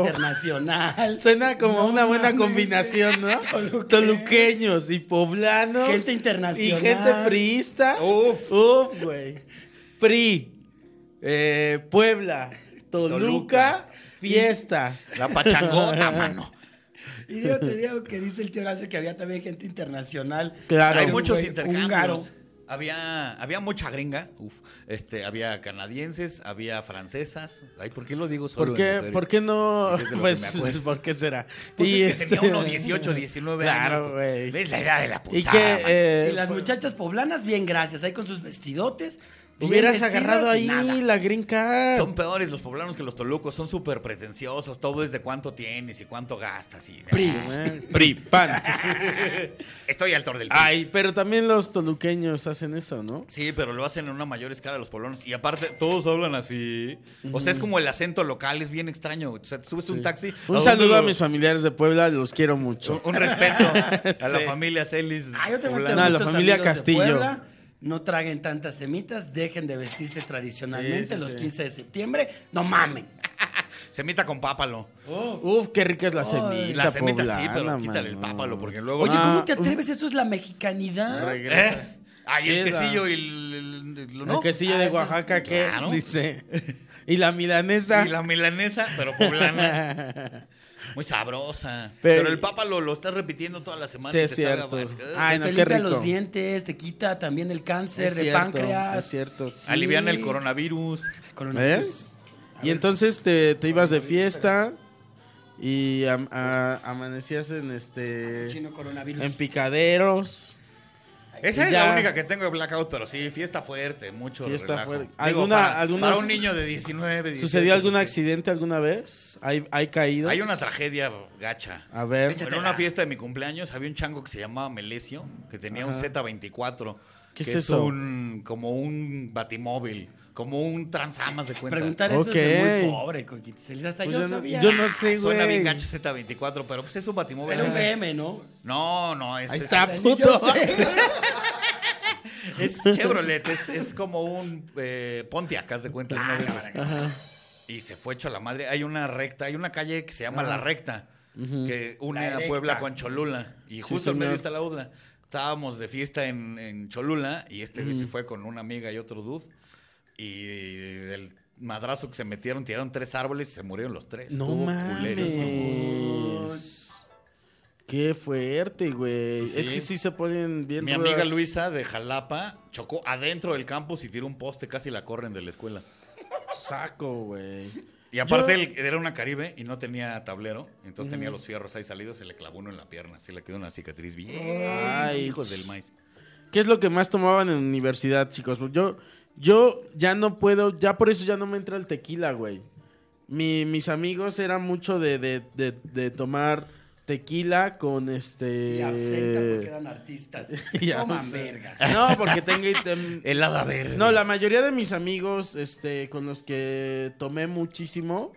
S4: internacional.
S3: Suena como
S4: No
S3: una buena
S4: mames.
S3: combinación, ¿no?
S4: Toluqueños.
S3: Toluqueños y poblanos.
S4: Gente internacional.
S3: Y gente priista. Uf. Uf, güey. PRI. eh, Puebla. Toluca.
S5: Toluca.
S3: Fiesta.
S5: La pachangota, mano.
S4: Y yo te digo que dice el tío Horacio que había también gente internacional.
S3: Claro.
S5: Hay
S4: Un
S5: muchos
S4: güey
S5: intercambios.
S4: húngaro.
S5: Había, había mucha gringa, uf, este, había canadienses, había francesas. Ay, ¿por qué lo digo solo
S3: ¿Por
S5: en
S3: qué,
S5: mujeres?
S3: ¿Por qué no?
S5: Porque es de lo que
S3: Pues,
S5: me acuerdo.
S3: ¿por qué será?
S5: Pues es que
S3: este-
S5: tenía uno 18, 19 años.
S3: Claro,
S5: pues,
S3: güey.
S5: ¿Ves la edad de la
S3: Y
S5: punzada?
S3: que
S5: mano.
S3: eh,
S4: Y las muchachas poblanas, bien gracias, ahí con sus vestidotes. bien
S3: hubieras
S4: vestidas
S3: agarrado
S4: y
S3: ahí
S4: nada.
S3: la green card.
S5: Son peores los poblanos que los tolucos, son súper pretenciosos, todo es de cuánto tienes y cuánto gastas. Y,
S4: PRI.
S3: Güey. PRI, pan.
S5: Estoy al torno del PRI.
S3: Ay, pero también los toluqueños hacen eso, ¿no?
S5: Sí, pero lo hacen en una mayor escala los poblanos. Y aparte, todos hablan así. O sea, es como el acento local, es bien extraño. güey. O sea, te subes un taxi.
S3: Un
S5: dónde
S3: saludo a
S5: lo-
S3: mis familiares de Puebla, los quiero mucho.
S5: Un, un respeto a la familia Celis.
S4: Ah, yo tengo
S5: poblana.
S3: No, a la
S4: muchos
S3: familia
S4: amigos de
S3: Castillo.
S4: Puebla, no traguen tantas semitas, dejen de vestirse tradicionalmente
S3: Sí, sí,
S4: los
S3: sí.
S4: 15 de septiembre. No mamen.
S5: Semita con pápalo.
S3: Oh,
S5: ¿Eh?
S3: Uf, qué rica es la semita.
S5: Oh, La semita sí, pero
S3: poblana,
S5: quítale el
S3: mano.
S5: pápalo, porque luego-
S4: Oye,
S3: Ah,
S4: ¿cómo te atreves? Eso es la mexicanidad.
S3: Regresa.
S5: ¿Eh? Ay,
S3: Sí,
S5: el
S3: la-
S5: quesillo y el. el- el- ¿no?
S3: El quesillo
S4: Ah,
S3: de
S4: eso es-
S3: Oaxaca, ¿qué?
S5: Claro.
S3: Dice. Y la milanesa.
S5: Y la milanesa, pero poblana. Muy sabrosa.
S3: Pero-
S5: Pero, el pápalo lo estás repitiendo toda la semana.
S3: Sí,
S5: y
S3: es
S5: te sabe
S3: cierto. Ah,
S5: a vasca.
S3: Ay,
S4: Que
S3: no,
S4: te
S3: qué
S4: limpia
S3: rico.
S4: los dientes, te quita también el cáncer
S3: Es
S4: de
S3: cierto,
S4: páncreas.
S3: Es cierto.
S4: Sí.
S5: Alivian el coronavirus.
S4: Coronavirus.
S5: Pues,
S3: ¿Ves? Y entonces te, te ibas de fiesta y am- a- amanecías en este.
S5: Ah,
S4: Chino coronavirus.
S3: En picaderos.
S5: Esa
S3: Y
S5: es
S3: ya.
S5: la única que tengo de blackout, pero sí, fiesta fuerte, mucho
S3: Fiesta
S5: relajo.
S3: fuerte.
S5: Digo,
S3: ¿Alguna-
S5: para,
S3: algunos-
S5: para un niño de 19, 18,
S3: ¿Sucedió algún
S5: 16.
S3: accidente alguna vez? ¿Hay, hay caídos?
S5: Hay una tragedia gacha.
S3: A ver.
S5: En una fiesta de mi cumpleaños había un chango que se llamaba Melesio, que tenía un
S3: Ajá.
S5: Z24.
S3: ¿Qué
S5: que
S3: es eso?
S5: un, como un batimóvil, como un transamas de cuenta.
S4: Preguntar eso es de
S3: Ok.
S4: muy pobre, Coquitos. Hasta
S3: Pues
S4: yo,
S3: yo, no,
S4: sabía.
S3: yo no sé, güey.
S5: Suena bien gacho Z24, pero pues es un batimóvil.
S4: Era un BM, ¿no?
S5: No, no, es,
S3: Ahí
S5: es-
S3: está,
S4: Ni
S3: puto.
S4: yo sé.
S5: es Chevrolet, es, es como un eh, Pontiac, haz de cuenta. uno de esos. Y se fue hecho a la madre. Hay una recta, hay una calle que se llama La Recta, que une
S4: La
S5: a Puebla
S4: Recta.
S5: con Cholula. Y
S3: Sí,
S5: justo en medio
S3: señor.
S5: está la UDLA. Estábamos de fiesta en, en Cholula y este güey se fue con una amiga y otro dude. Y del madrazo que se metieron, tiraron tres árboles y se murieron los tres.
S3: No
S5: Estuvo culerísimo.
S3: mames. Qué fuerte, güey.
S5: Sí,
S3: Es
S5: sí.
S3: que sí se ponen bien
S5: Mi
S3: rudas.
S5: amiga Luisa de Jalapa chocó adentro del campus y tiró un poste, casi la corren de la escuela.
S3: Saco, güey.
S5: Y aparte
S3: Yo-
S5: él era una caribe y no tenía tablero, entonces tenía los fierros ahí salidos, se le clavó uno en la pierna, se le quedó una cicatriz bien.
S3: Ay,
S5: hijos del maíz.
S3: ¿Qué es lo que más tomaban en universidad, chicos? Yo, yo ya no puedo, ya por eso ya no me entra el tequila, güey. Mi- mis amigos eran mucho de, de- de- de tomar tequila con este.
S4: Y absenta porque eran artistas.
S3: Ya,
S4: Toma
S3: o sea.
S4: verga.
S3: No, porque tengo. tem-
S5: Helada verde.
S3: No, la mayoría de mis amigos este, con los que tomé muchísimo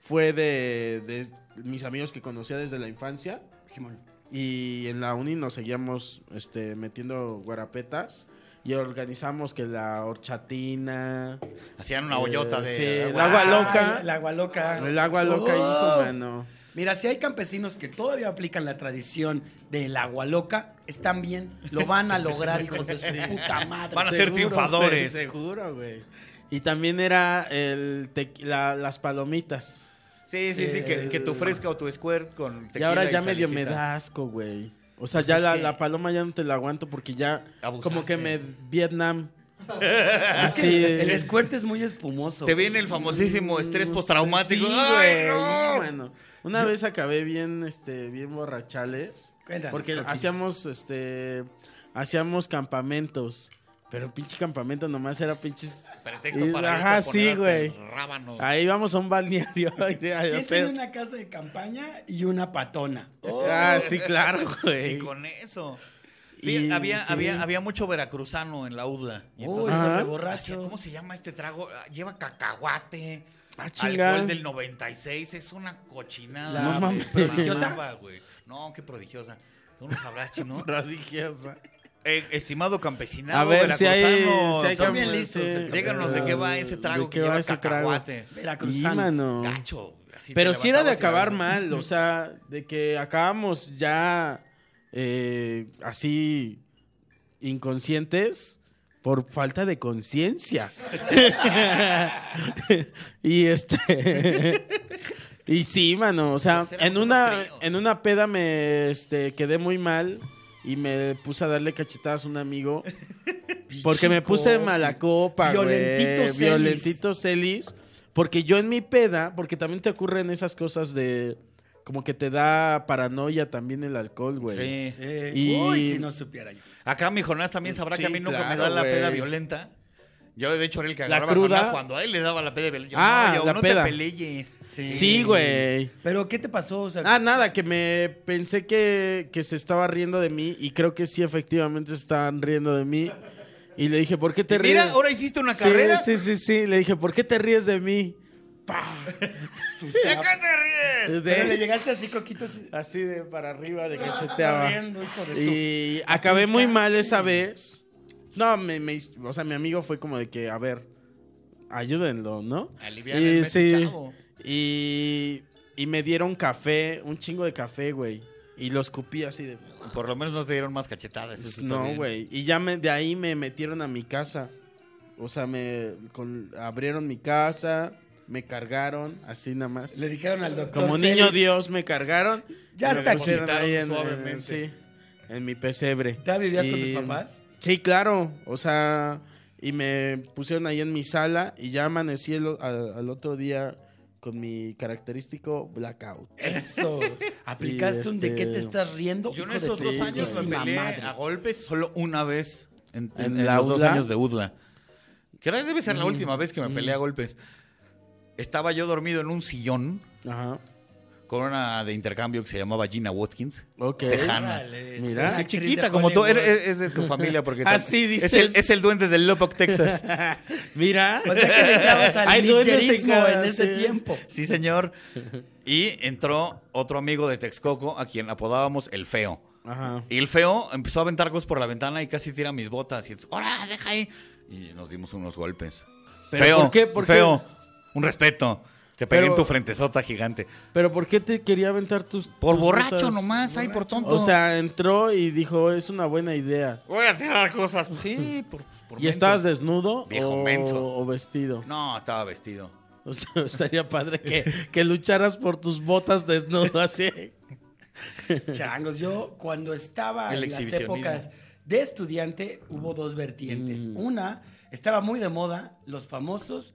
S3: fue de, de mis amigos que conocía desde la infancia.
S4: Jimón.
S3: Y en la uni nos seguíamos este, metiendo guarapetas. Y organizamos que la horchatina,
S5: Hacían una hoyota de
S3: Eh, Sí,
S5: de
S3: el agua
S5: Ah,
S3: loca.
S4: El agua loca.
S3: el agua loca, hijo,
S4: Oh.
S3: mano.
S4: Mira, si hay campesinos que todavía aplican la tradición del agua loca, están bien. Lo van a lograr, hijos de su puta madre.
S5: Van a ser
S3: Seguro,
S5: triunfadores.
S3: güey, seguro, güey. Y también era el tequi- la- las palomitas.
S5: Sí, sí, sí,
S3: Sí,
S5: que,
S3: sí.
S5: que tu fresca o tu squirt con
S3: y ahora ya medio
S5: salecita.
S3: me da asco, güey. O sea,
S5: Pues
S3: ya
S5: es
S3: la,
S5: que-
S3: la paloma ya no te la aguanto porque ya
S5: Abusaste.
S3: como que me Vietnam.
S4: Es que
S3: Así.
S4: El squirt es muy espumoso.
S5: Te viene el famosísimo estrés
S3: No
S5: postraumático.
S3: sé, sí,
S5: ¡Ay,
S3: güey,
S5: no!
S3: no, mano. Una vez acabé bien, este, bien borrachales.
S4: Cuéntanos,
S3: porque
S4: Coquis.
S3: hacíamos, este, hacíamos campamentos. Pero pinche campamento nomás era pinches.
S5: Pretexto
S3: Y-
S5: para
S3: ajá,
S5: irte a poner
S3: sí,
S5: hasta
S3: güey.
S5: el Rábano.
S3: Ahí vamos a un balneario. a
S4: ¿Quién
S3: hacer-
S4: tiene una casa de campaña y una patona?
S3: Ah, sí, claro,
S5: Oh. Y
S3: güey.
S5: con eso.
S3: Y-
S5: Fíjate, había,
S3: sí. Oh,
S5: había, había mucho veracruzano en la UDLA. Y
S4: Uy,
S5: entonces,
S3: Ajá.
S4: sobre
S5: hacía-
S4: borracho.
S5: ¿Cómo se llama este trago? Ah, Lleva cacahuate.
S3: Ah, chinga.
S5: Alcohol del 96. Es una cochinada.
S3: No
S5: de-
S3: mames.
S5: Prodigiosa. güey. No, qué prodigiosa. Tú no sabrás, chino.
S3: Prodigiosa.
S5: Eh, estimado campesinado,
S3: A ver si hay.
S5: veracruzano,
S3: Si hay
S5: son
S3: cam-
S5: bien listos.
S3: sí.
S5: Díganos de qué va ese trago
S3: ¿De
S5: que
S3: qué va
S5: lleva
S3: ese trago?
S5: cacahuate.
S4: Veracruzano.
S3: Y, mano.
S5: Gacho. así te
S3: Pero sí era de
S5: levantabas y la
S3: acabar
S5: verdad-
S3: mal, o sea, de que acabamos ya eh, así inconscientes por falta de conciencia. y este y sí, mano, o sea,
S5: Pues éramos
S3: en
S5: unos
S3: una
S5: críos.
S3: en una peda me este, quedé muy mal y me puse a darle cachetadas a un amigo porque me puse mala copa, güey.
S4: Violentito celis.
S3: Violentito celis. Porque yo en mi peda, porque también te ocurren esas cosas de. Como que te da paranoia también el alcohol, güey.
S5: Sí.
S4: Sí.
S3: Y-
S4: Uy, si no supiera yo.
S5: Acá mi Jonás también sabrá
S3: Sí,
S5: que a mí nunca me
S3: claro,
S5: da la
S3: güey.
S5: peda violenta. Yo, de hecho, era el que
S3: La
S5: agarraba a
S3: cruda.
S5: Jonás cuando a él le daba la peda violenta. Yo,
S3: Ah,
S5: no, yo,
S3: la
S5: no
S3: peda.
S5: te pelees.
S3: Sí, güey.
S4: Pero, ¿qué te pasó? O sea,
S3: Ah, nada, que me pensé que, que se estaba riendo de mí y creo que sí, efectivamente se estaban riendo de mí. Y le dije, ¿por qué te ríes?
S5: Mira, ahora hiciste una
S3: Sí,
S5: carrera.
S3: Sí, sí, sí. Le dije, ¿por qué te ríes de mí?
S5: ¿De qué te ríes?
S3: De-
S4: Pero le llegaste así, Coquito. así,
S3: así de para arriba,
S5: Ah,
S3: de
S4: estaba
S3: cacheteaba.
S4: riendo, hijo de tu-
S3: Y acabé muy mal esa vez. No, me, me- o sea, mi amigo fue como de que, a ver, ayúdenlo, ¿no?
S5: Aliviar el mes, chavo.
S3: y, y me dieron café, un chingo de café, güey. Y lo escupí así de... "Pues
S5: Por lo menos no te dieron más cachetadas. eso está
S3: No,
S5: bien.
S3: güey. Y ya me, de ahí me metieron a mi casa. O sea, me con- abrieron mi casa, me cargaron, así nada más.
S4: Le dijeron al doctor.
S3: Como niño
S4: Celis,
S3: Dios me cargaron.
S4: Ya
S3: Me
S4: está aquí.
S3: pusieron ahí en,
S5: Suavemente.
S3: en- sí, en mi pesebre.
S4: ¿Ya vivías con
S3: Y-
S4: tus papás?
S3: Sí, claro. O sea, y me pusieron ahí en mi sala y ya amanecí el o- al, al otro día con mi característico blackout.
S4: Eso. Aplicaste un de qué te estás riendo.
S5: Yo en
S4: hijo de
S5: esos
S4: tu
S5: dos años me
S4: putísima
S5: peleé
S4: madre?
S5: a golpes solo una vez en,
S3: ¿En
S5: en- en
S3: la
S5: los dos
S3: UDLA? Mm,
S5: años de UDLA. Que debe ser la última vez que me peleé a golpes. Estaba yo dormido en un sillón
S3: Ajá.
S5: con una de intercambio que se llamaba Gina Watkins.
S3: Ok.
S5: Tejana.
S4: Órale,
S3: Mira.
S4: sí,
S5: Así
S4: actriz
S5: chiquita
S4: de
S5: como tú,
S4: Hollywood.
S5: eres- es, es de tu familia porque
S3: Así
S5: es
S3: dices.
S5: el, es el duende del Lubbock, Texas.
S3: Mira.
S4: O sea Pues que le clavas al
S3: Hay duendes en
S4: nicherismo en,
S3: cada-
S4: ese
S3: sí.
S4: tiempo.
S5: Sí, señor. Y entró otro amigo de Texcoco a quien apodábamos el feo.
S3: Ajá.
S5: Y el feo empezó a aventar cosas por la ventana y casi tira mis botas. Y entonces, ¡Hora, deja ahí! Y nos dimos unos golpes.
S3: Pero,
S5: feo,
S3: ¿por qué? ¿Por qué?
S5: feo, un respeto. Te pegué
S3: Pero-
S5: en tu frentezota gigante.
S3: Pero ¿por qué te quería aventar tus...
S5: Por
S3: tus
S5: borracho
S3: botas?
S5: nomás, ahí por tonto.
S3: O sea, entró y dijo, es una buena idea.
S5: voy a tirar cosas. Sí, por, por
S3: ¿Y
S5: menso.
S3: estabas desnudo
S5: Viejo
S3: o,
S5: menso.
S3: o vestido?
S5: No, estaba vestido.
S3: O sea, estaría padre que, que lucharas por tus botas desnudo así.
S4: Changos, yo cuando estaba
S5: El
S4: en las
S5: exhibicionismo.
S4: épocas de estudiante hubo dos vertientes. Una, estaba muy de moda los famosos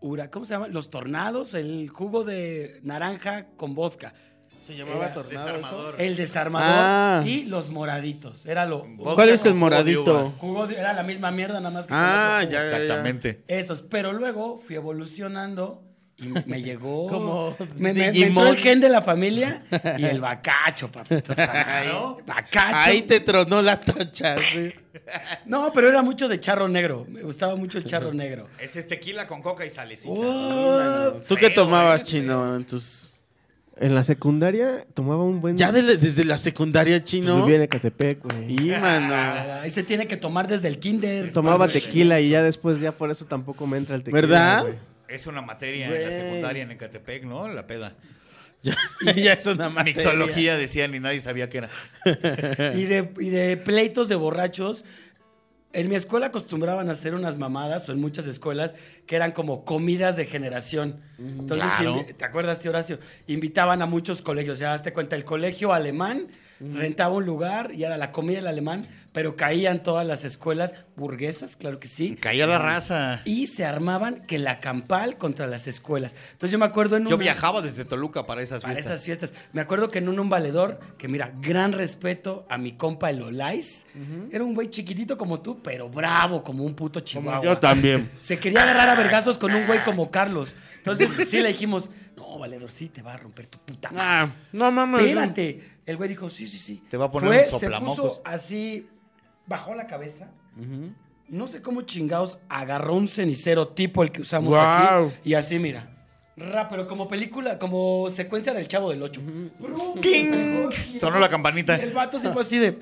S4: hura- ¿cómo se llama? Los tornados, el jugo de naranja con vodka,
S3: Se
S4: llamaba
S3: tornado
S4: el desarmador
S3: Ah.
S4: y los moraditos. Era lo
S5: Vodka
S3: ¿Cuál es
S5: con
S3: el
S5: jugo de
S3: moradito?
S5: uva.
S4: jugo de- era la misma mierda nada más que con
S3: Ah,
S4: otro
S3: ya,
S4: jugo.
S3: ya, ya.
S5: Exactamente.
S4: Esos, pero luego fui evolucionando y me llegó
S5: Oh.
S3: Como
S4: me, me- me
S3: Digimon.
S4: entró el gen de la familia y el bacacho, papito. sanado. Bacacho.
S3: Ahí te tronó la tocha. sí.
S4: No, pero era mucho de charro negro. Me gustaba mucho el charro negro.
S5: Ese es este tequila con coca y salecita.
S4: Uf.
S3: ¿Tú qué
S5: Feo,
S3: tomabas,
S5: eh,
S3: chino? en tus-
S6: En la secundaria tomaba un buen.
S3: Ya de la- desde la secundaria,
S6: Pues
S3: chino.
S6: vivía en Ecatepec, güey.
S3: Y, mano.
S4: Ahí se tiene que tomar desde el kinder.
S6: Tomaba tequila y ya después, ya por eso tampoco me entra el tequila.
S3: pues, ¿Verdad?
S6: güey.
S5: Es una materia en la
S3: Güey.
S5: secundaria en Ecatepec, ¿no? La peda.
S3: ya es una materia.
S5: Mixología decían y nadie sabía qué era.
S4: Y de, y de pleitos de borrachos. En mi escuela acostumbraban a hacer unas mamadas, o en muchas escuelas, que eran como comidas de generación. Entonces,
S5: Claro.
S4: invi- ¿te acuerdas, tío Horacio? Invitaban a muchos colegios. Ya, hazte cuenta, el colegio alemán rentaba un lugar y era la comida del alemán, pero caían todas las escuelas burguesas, claro que sí.
S5: Caía la raza.
S4: Y se armaban que la campal contra las escuelas. Entonces yo me acuerdo en
S5: Yo
S4: una-
S5: viajaba desde Toluca para esas
S4: para
S5: fiestas.
S4: esas fiestas. Me acuerdo que en un, un valedor, que mira, gran respeto a mi compa el Olais. Era un güey chiquitito como tú, pero bravo, como un puto chihuahua.
S3: Yo también. Ah.
S4: Se quería agarrar a vergazos con un güey como Carlos. Entonces sí le dijimos, no, valedor, sí te va a romper tu puta madre".
S3: Ah, no mames.
S4: Espérate. El güey dijo, sí, sí, sí.
S5: Te va a poner
S4: Fue,
S5: un
S4: Se
S5: soplamocos.
S4: puso así, bajó la cabeza. No sé cómo chingados agarró un cenicero tipo el que usamos
S3: Guau.
S4: aquí. Y así, mira. Ra, pero como película, como secuencia del Chavo del Ocho. Brum,
S5: ¡Cling!
S4: giró,
S5: Sonó la campanita.
S4: y El vato se fue así de...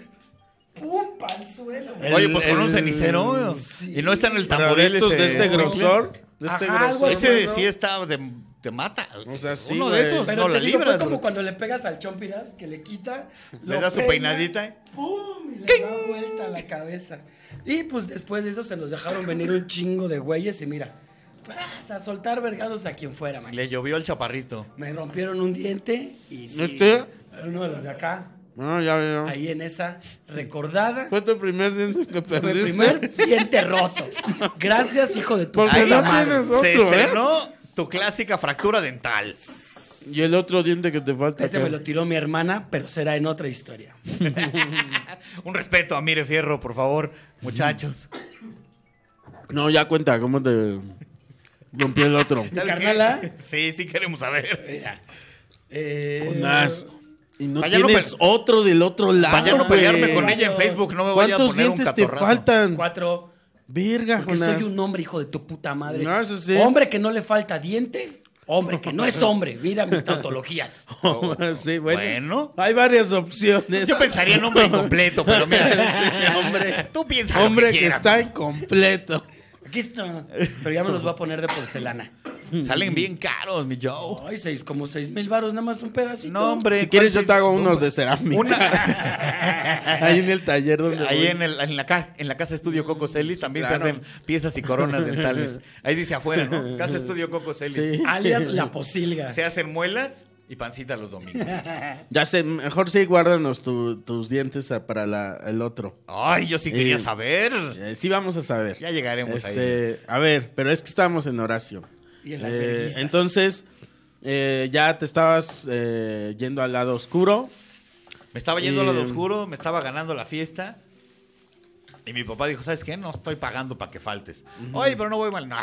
S4: ¡Pum! ¡Pal suelo! güey.
S5: Oye, pues con un
S3: el-
S5: cenicero.
S4: sí.
S5: Y no está en el
S3: Pero
S5: tamboril.
S3: de estos de
S5: ese-
S3: este grosor. De
S4: Ajá,
S3: este
S4: algo
S3: grosor.
S4: así.
S5: Ese
S4: ¿no?
S5: sí está de, te mata.
S3: O sea, sí,
S5: Uno
S3: güey.
S5: de esos
S4: Pero
S5: no
S4: te
S5: la
S4: digo,
S5: libras.
S4: fue como
S5: bro.
S4: cuando le pegas al chompiras, que le quita,
S5: Le
S4: lo
S5: da su
S4: peina,
S5: peinadita.
S4: ¡Pum! Y le da vuelta la cabeza. Y pues después de eso se nos dejaron venir un chingo de güeyes y mira, ¡pras! a soltar vergados a quien fuera, man.
S5: Le llovió al chaparrito.
S4: Me rompieron un diente y sí,
S3: ¿Neta?
S4: uno de los de acá,
S3: No, ya veo.
S4: ahí en esa recordada,
S3: Fue tu primer diente que
S4: fue
S3: perdiste.
S4: mi primer diente roto. Gracias, hijo de tu
S3: Porque
S4: puta
S3: no
S4: madre.
S3: tienes
S5: Se
S3: otro, ¿eh?
S5: estrenó tu clásica fractura dental.
S3: Y el otro diente que te falta.
S4: Este me
S3: acá.
S4: lo tiró mi hermana, pero será en otra historia.
S5: Un respeto a Mire Fierro, por favor, muchachos.
S3: No, ya cuenta, ¿cómo te rompí el otro?
S4: Mi
S5: ¿Sabes qué?
S4: carnala.
S5: Sí, sí queremos saber.
S4: Mira. Eh,
S3: Con as. Y no
S5: Vaya no
S3: tienes otro del otro lado.
S5: Para ya
S4: Ah,
S5: no pelearme
S3: güey.
S5: con ella en Facebook, no me vaya a
S3: ¿Cuántos
S5: poner un
S3: dientes te
S5: catorrazo.
S3: faltan?
S4: Cuatro.
S3: Verga,
S4: Porque
S3: Jonás.
S4: soy un hombre, hijo de tu puta madre.
S3: No, eso sí.
S4: Hombre que no le falta diente. Hombre que no es hombre. Mira mis tautologías.
S3: sí, bueno.
S5: Bueno.
S3: Hay varias opciones.
S5: Yo pensaría en hombre incompleto, pero mira.
S3: hombre.
S5: Tú piensas
S3: Hombre
S5: lo
S3: que,
S5: que, quieras.
S3: está incompleto.
S4: Aquí está. Pero ya me los va a poner de porcelana.
S5: Salen bien caros, mi Joe.
S4: Ay, seis, como seis mil varos, nada más un pedacito.
S5: No, hombre.
S3: Si quieres,
S5: ¿cuál
S3: yo te hago
S5: es?
S3: unos de cerámica.
S5: Una-
S3: Ahí en el taller donde.
S5: Ahí
S3: voy.
S5: en, el- en la ca- en la casa estudio Coco Celis también
S3: Claro.
S5: se hacen piezas y coronas dentales. Ahí dice afuera, ¿no? Casa estudio Coco Celis.
S3: Sí.
S4: Alias la posilga.
S5: Se hacen muelas y pancita los domingos.
S3: Ya sé, mejor sí, guárdanos tu- tus dientes a- para la- el otro.
S5: Ay, yo sí quería
S3: Sí.
S5: saber.
S3: Eh, sí, vamos a saber.
S5: Ya llegaremos
S3: Este, A ver, pero es que estábamos en Horacio.
S4: Y en las
S3: Eh,
S4: verguizas.
S3: entonces, eh, ya te estabas eh, yendo al lado oscuro.
S5: Me estaba yendo a lo de
S3: Eh,
S5: oscuro, me estaba ganando la fiesta. Y mi papá dijo, ¿sabes qué? No estoy pagando para que faltes. Oye, pero no voy mal. No,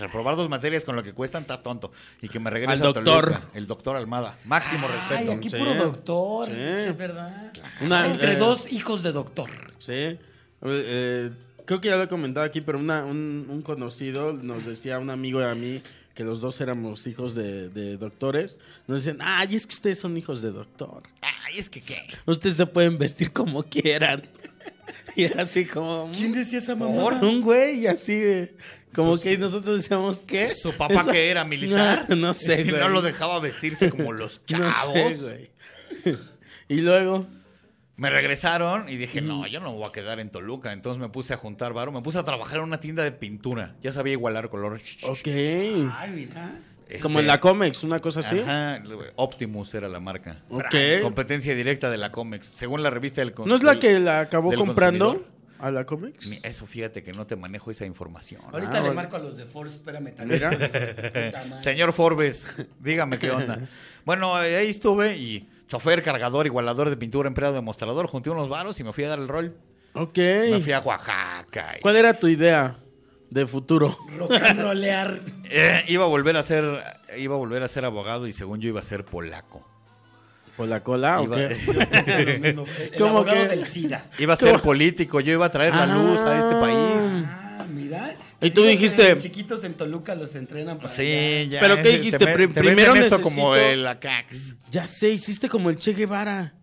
S5: reprobar dos materias con lo que cuestan, estás tonto. Y que me regrese
S3: Al
S5: a Toluca.
S3: doctor.
S5: El doctor Almada. Máximo
S4: Ay,
S5: respeto.
S4: aquí
S3: Sí.
S4: puro doctor.
S3: Sí.
S4: Es verdad.
S3: Una-
S4: Entre
S3: eh,
S4: dos hijos de doctor.
S3: Sí. Eh, eh, creo que ya lo he comentado aquí, pero una- un, un conocido nos decía, un amigo de a mí, que los dos éramos hijos de, de doctores. Nos decían, ay, es que ustedes son hijos de doctor.
S5: Ay, es que qué.
S3: Ustedes se pueden vestir como quieran. Y era así como...
S4: ¿Quién decía esa
S3: Por
S4: mamá?
S3: un güey así de. Como que nosotros decíamos que.
S5: Pues, ¿Su papá que era militar?
S3: No, no sé,
S5: Y
S3: güey.
S5: no lo dejaba vestirse como los
S3: No
S5: chavos.
S3: sé, güey. Y luego.
S5: Me regresaron y dije, no, yo no me voy a quedar en Toluca. Entonces me puse a juntar varo, me puse a trabajar en una tienda de pintura. Ya sabía igualar Este, color.
S3: Ok.
S4: Ay, mira.
S3: Como en la Comex, una cosa así.
S5: Ajá, Optimus era la marca.
S3: ¿Ah, Ok.
S5: Competencia directa de la Comex, según la revista del con-
S3: ¿No es la
S5: del-
S3: que la acabó
S5: del
S3: comprando
S5: consumidor.
S3: a la Comex?
S5: Ni- Eso fíjate que no te manejo esa información.
S4: Ahorita
S3: Ah,
S4: le
S3: bueno.
S4: marco a los de Force, espérame
S3: Mira.
S4: tantito. Puta madre.
S5: Señor Forbes, dígame qué onda. Bueno, eh, ahí estuve y chofer, cargador, igualador de pintura, empleado de mostrador, junté unos varos y me fui a dar el rol.
S3: Ok.
S5: Me fui a Oaxaca. y-
S3: ¿Cuál era tu idea de futuro?
S4: Rock and rollear.
S5: Eh, iba a volver a ser iba a volver a ser abogado y según yo iba a ser polaco.
S3: ¿Por la cola?
S5: Iba-
S3: ok.
S4: El
S3: ¿Cómo
S4: abogado
S3: que?
S4: del SIDA.
S5: Iba a ser político, yo iba a traer la luz a este país.
S4: Ah, mira.
S3: Y tú
S4: Digo que
S3: dijiste-
S4: los chiquitos en Toluca los entrenan para
S5: Sí,
S4: allá.
S5: ya.
S3: ¿Pero qué
S5: te
S3: dijiste?
S5: me-
S3: Pri-
S5: te venden
S3: primero
S5: eso como
S3: necesito-
S5: el Acax.
S3: Ya sé, hiciste como el Che Guevara.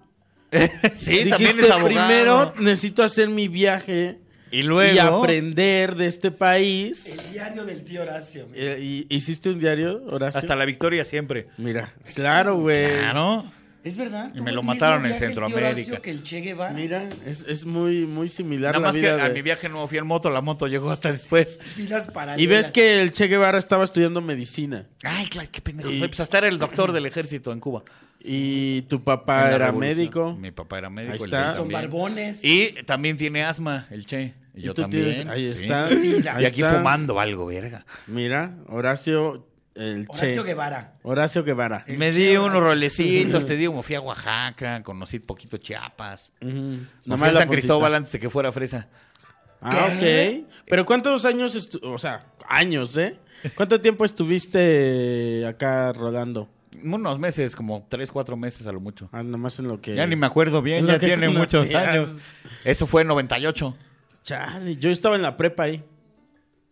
S5: Sí, también es abogado.
S3: primero necesito hacer mi viaje
S5: y luego
S3: y aprender de este país.
S4: El diario del tío Horacio. mira.
S3: Eh, ¿y- ¿Hiciste un diario, Horacio?
S5: hasta la victoria siempre. Eh,
S3: Mira, claro, güey.
S5: Claro.
S4: Es verdad.
S5: Y
S4: tuvo
S5: me lo
S4: el mismo
S5: mataron en
S4: viaje el tío
S5: Centroamérica.
S4: Horacio Que el Che Guevara.
S3: Mira, es, es muy, muy similar
S5: Nada
S3: la
S5: más que
S3: vida
S5: a
S3: de-
S5: mi viaje no fui en moto, la moto llegó hasta después.
S4: Vidas paralelas.
S3: Y ves que el Che Guevara estaba estudiando medicina
S5: Ay, claro, qué pendejo.
S3: Y-
S5: soy. Pues hasta era el doctor del ejército en Cuba.
S3: y tu
S5: En
S3: papá
S5: la
S3: era
S5: revolución.
S3: médico.
S5: Mi papá era médico.
S3: Ahí
S5: el
S3: está.
S5: Luis
S4: son
S5: también.
S4: barbones.
S5: Y también tiene asma el Che. Y yo
S3: tú
S5: también.
S3: tienes- ahí
S5: sí.
S3: está. ahí
S5: y aquí
S3: está.
S5: fumando algo, verga.
S3: Mira, Horacio, el
S4: Horacio
S3: Che.
S4: Guevara. Eh.
S3: Horacio Guevara.
S5: Me di unos rolecitos, te digo, me fui a Oaxaca, conocí poquito Chiapas. Me fui
S3: Nomás
S5: a
S3: la
S5: San
S3: puntita.
S5: Cristóbal antes de que fuera fresa.
S3: Ah, ok. Pero ¿cuántos años, estu- o sea, años, eh? ¿Cuánto tiempo estuviste acá rodando?
S5: Unos meses, como tres, cuatro meses a lo mucho.
S3: Ah, nomás en lo que...
S5: Ya ni me acuerdo bien,
S3: Lo
S5: ya
S3: que
S5: tiene muchos
S3: conocías.
S5: años. Eso fue en 98,
S3: Chale, yo estaba en la prepa ahí.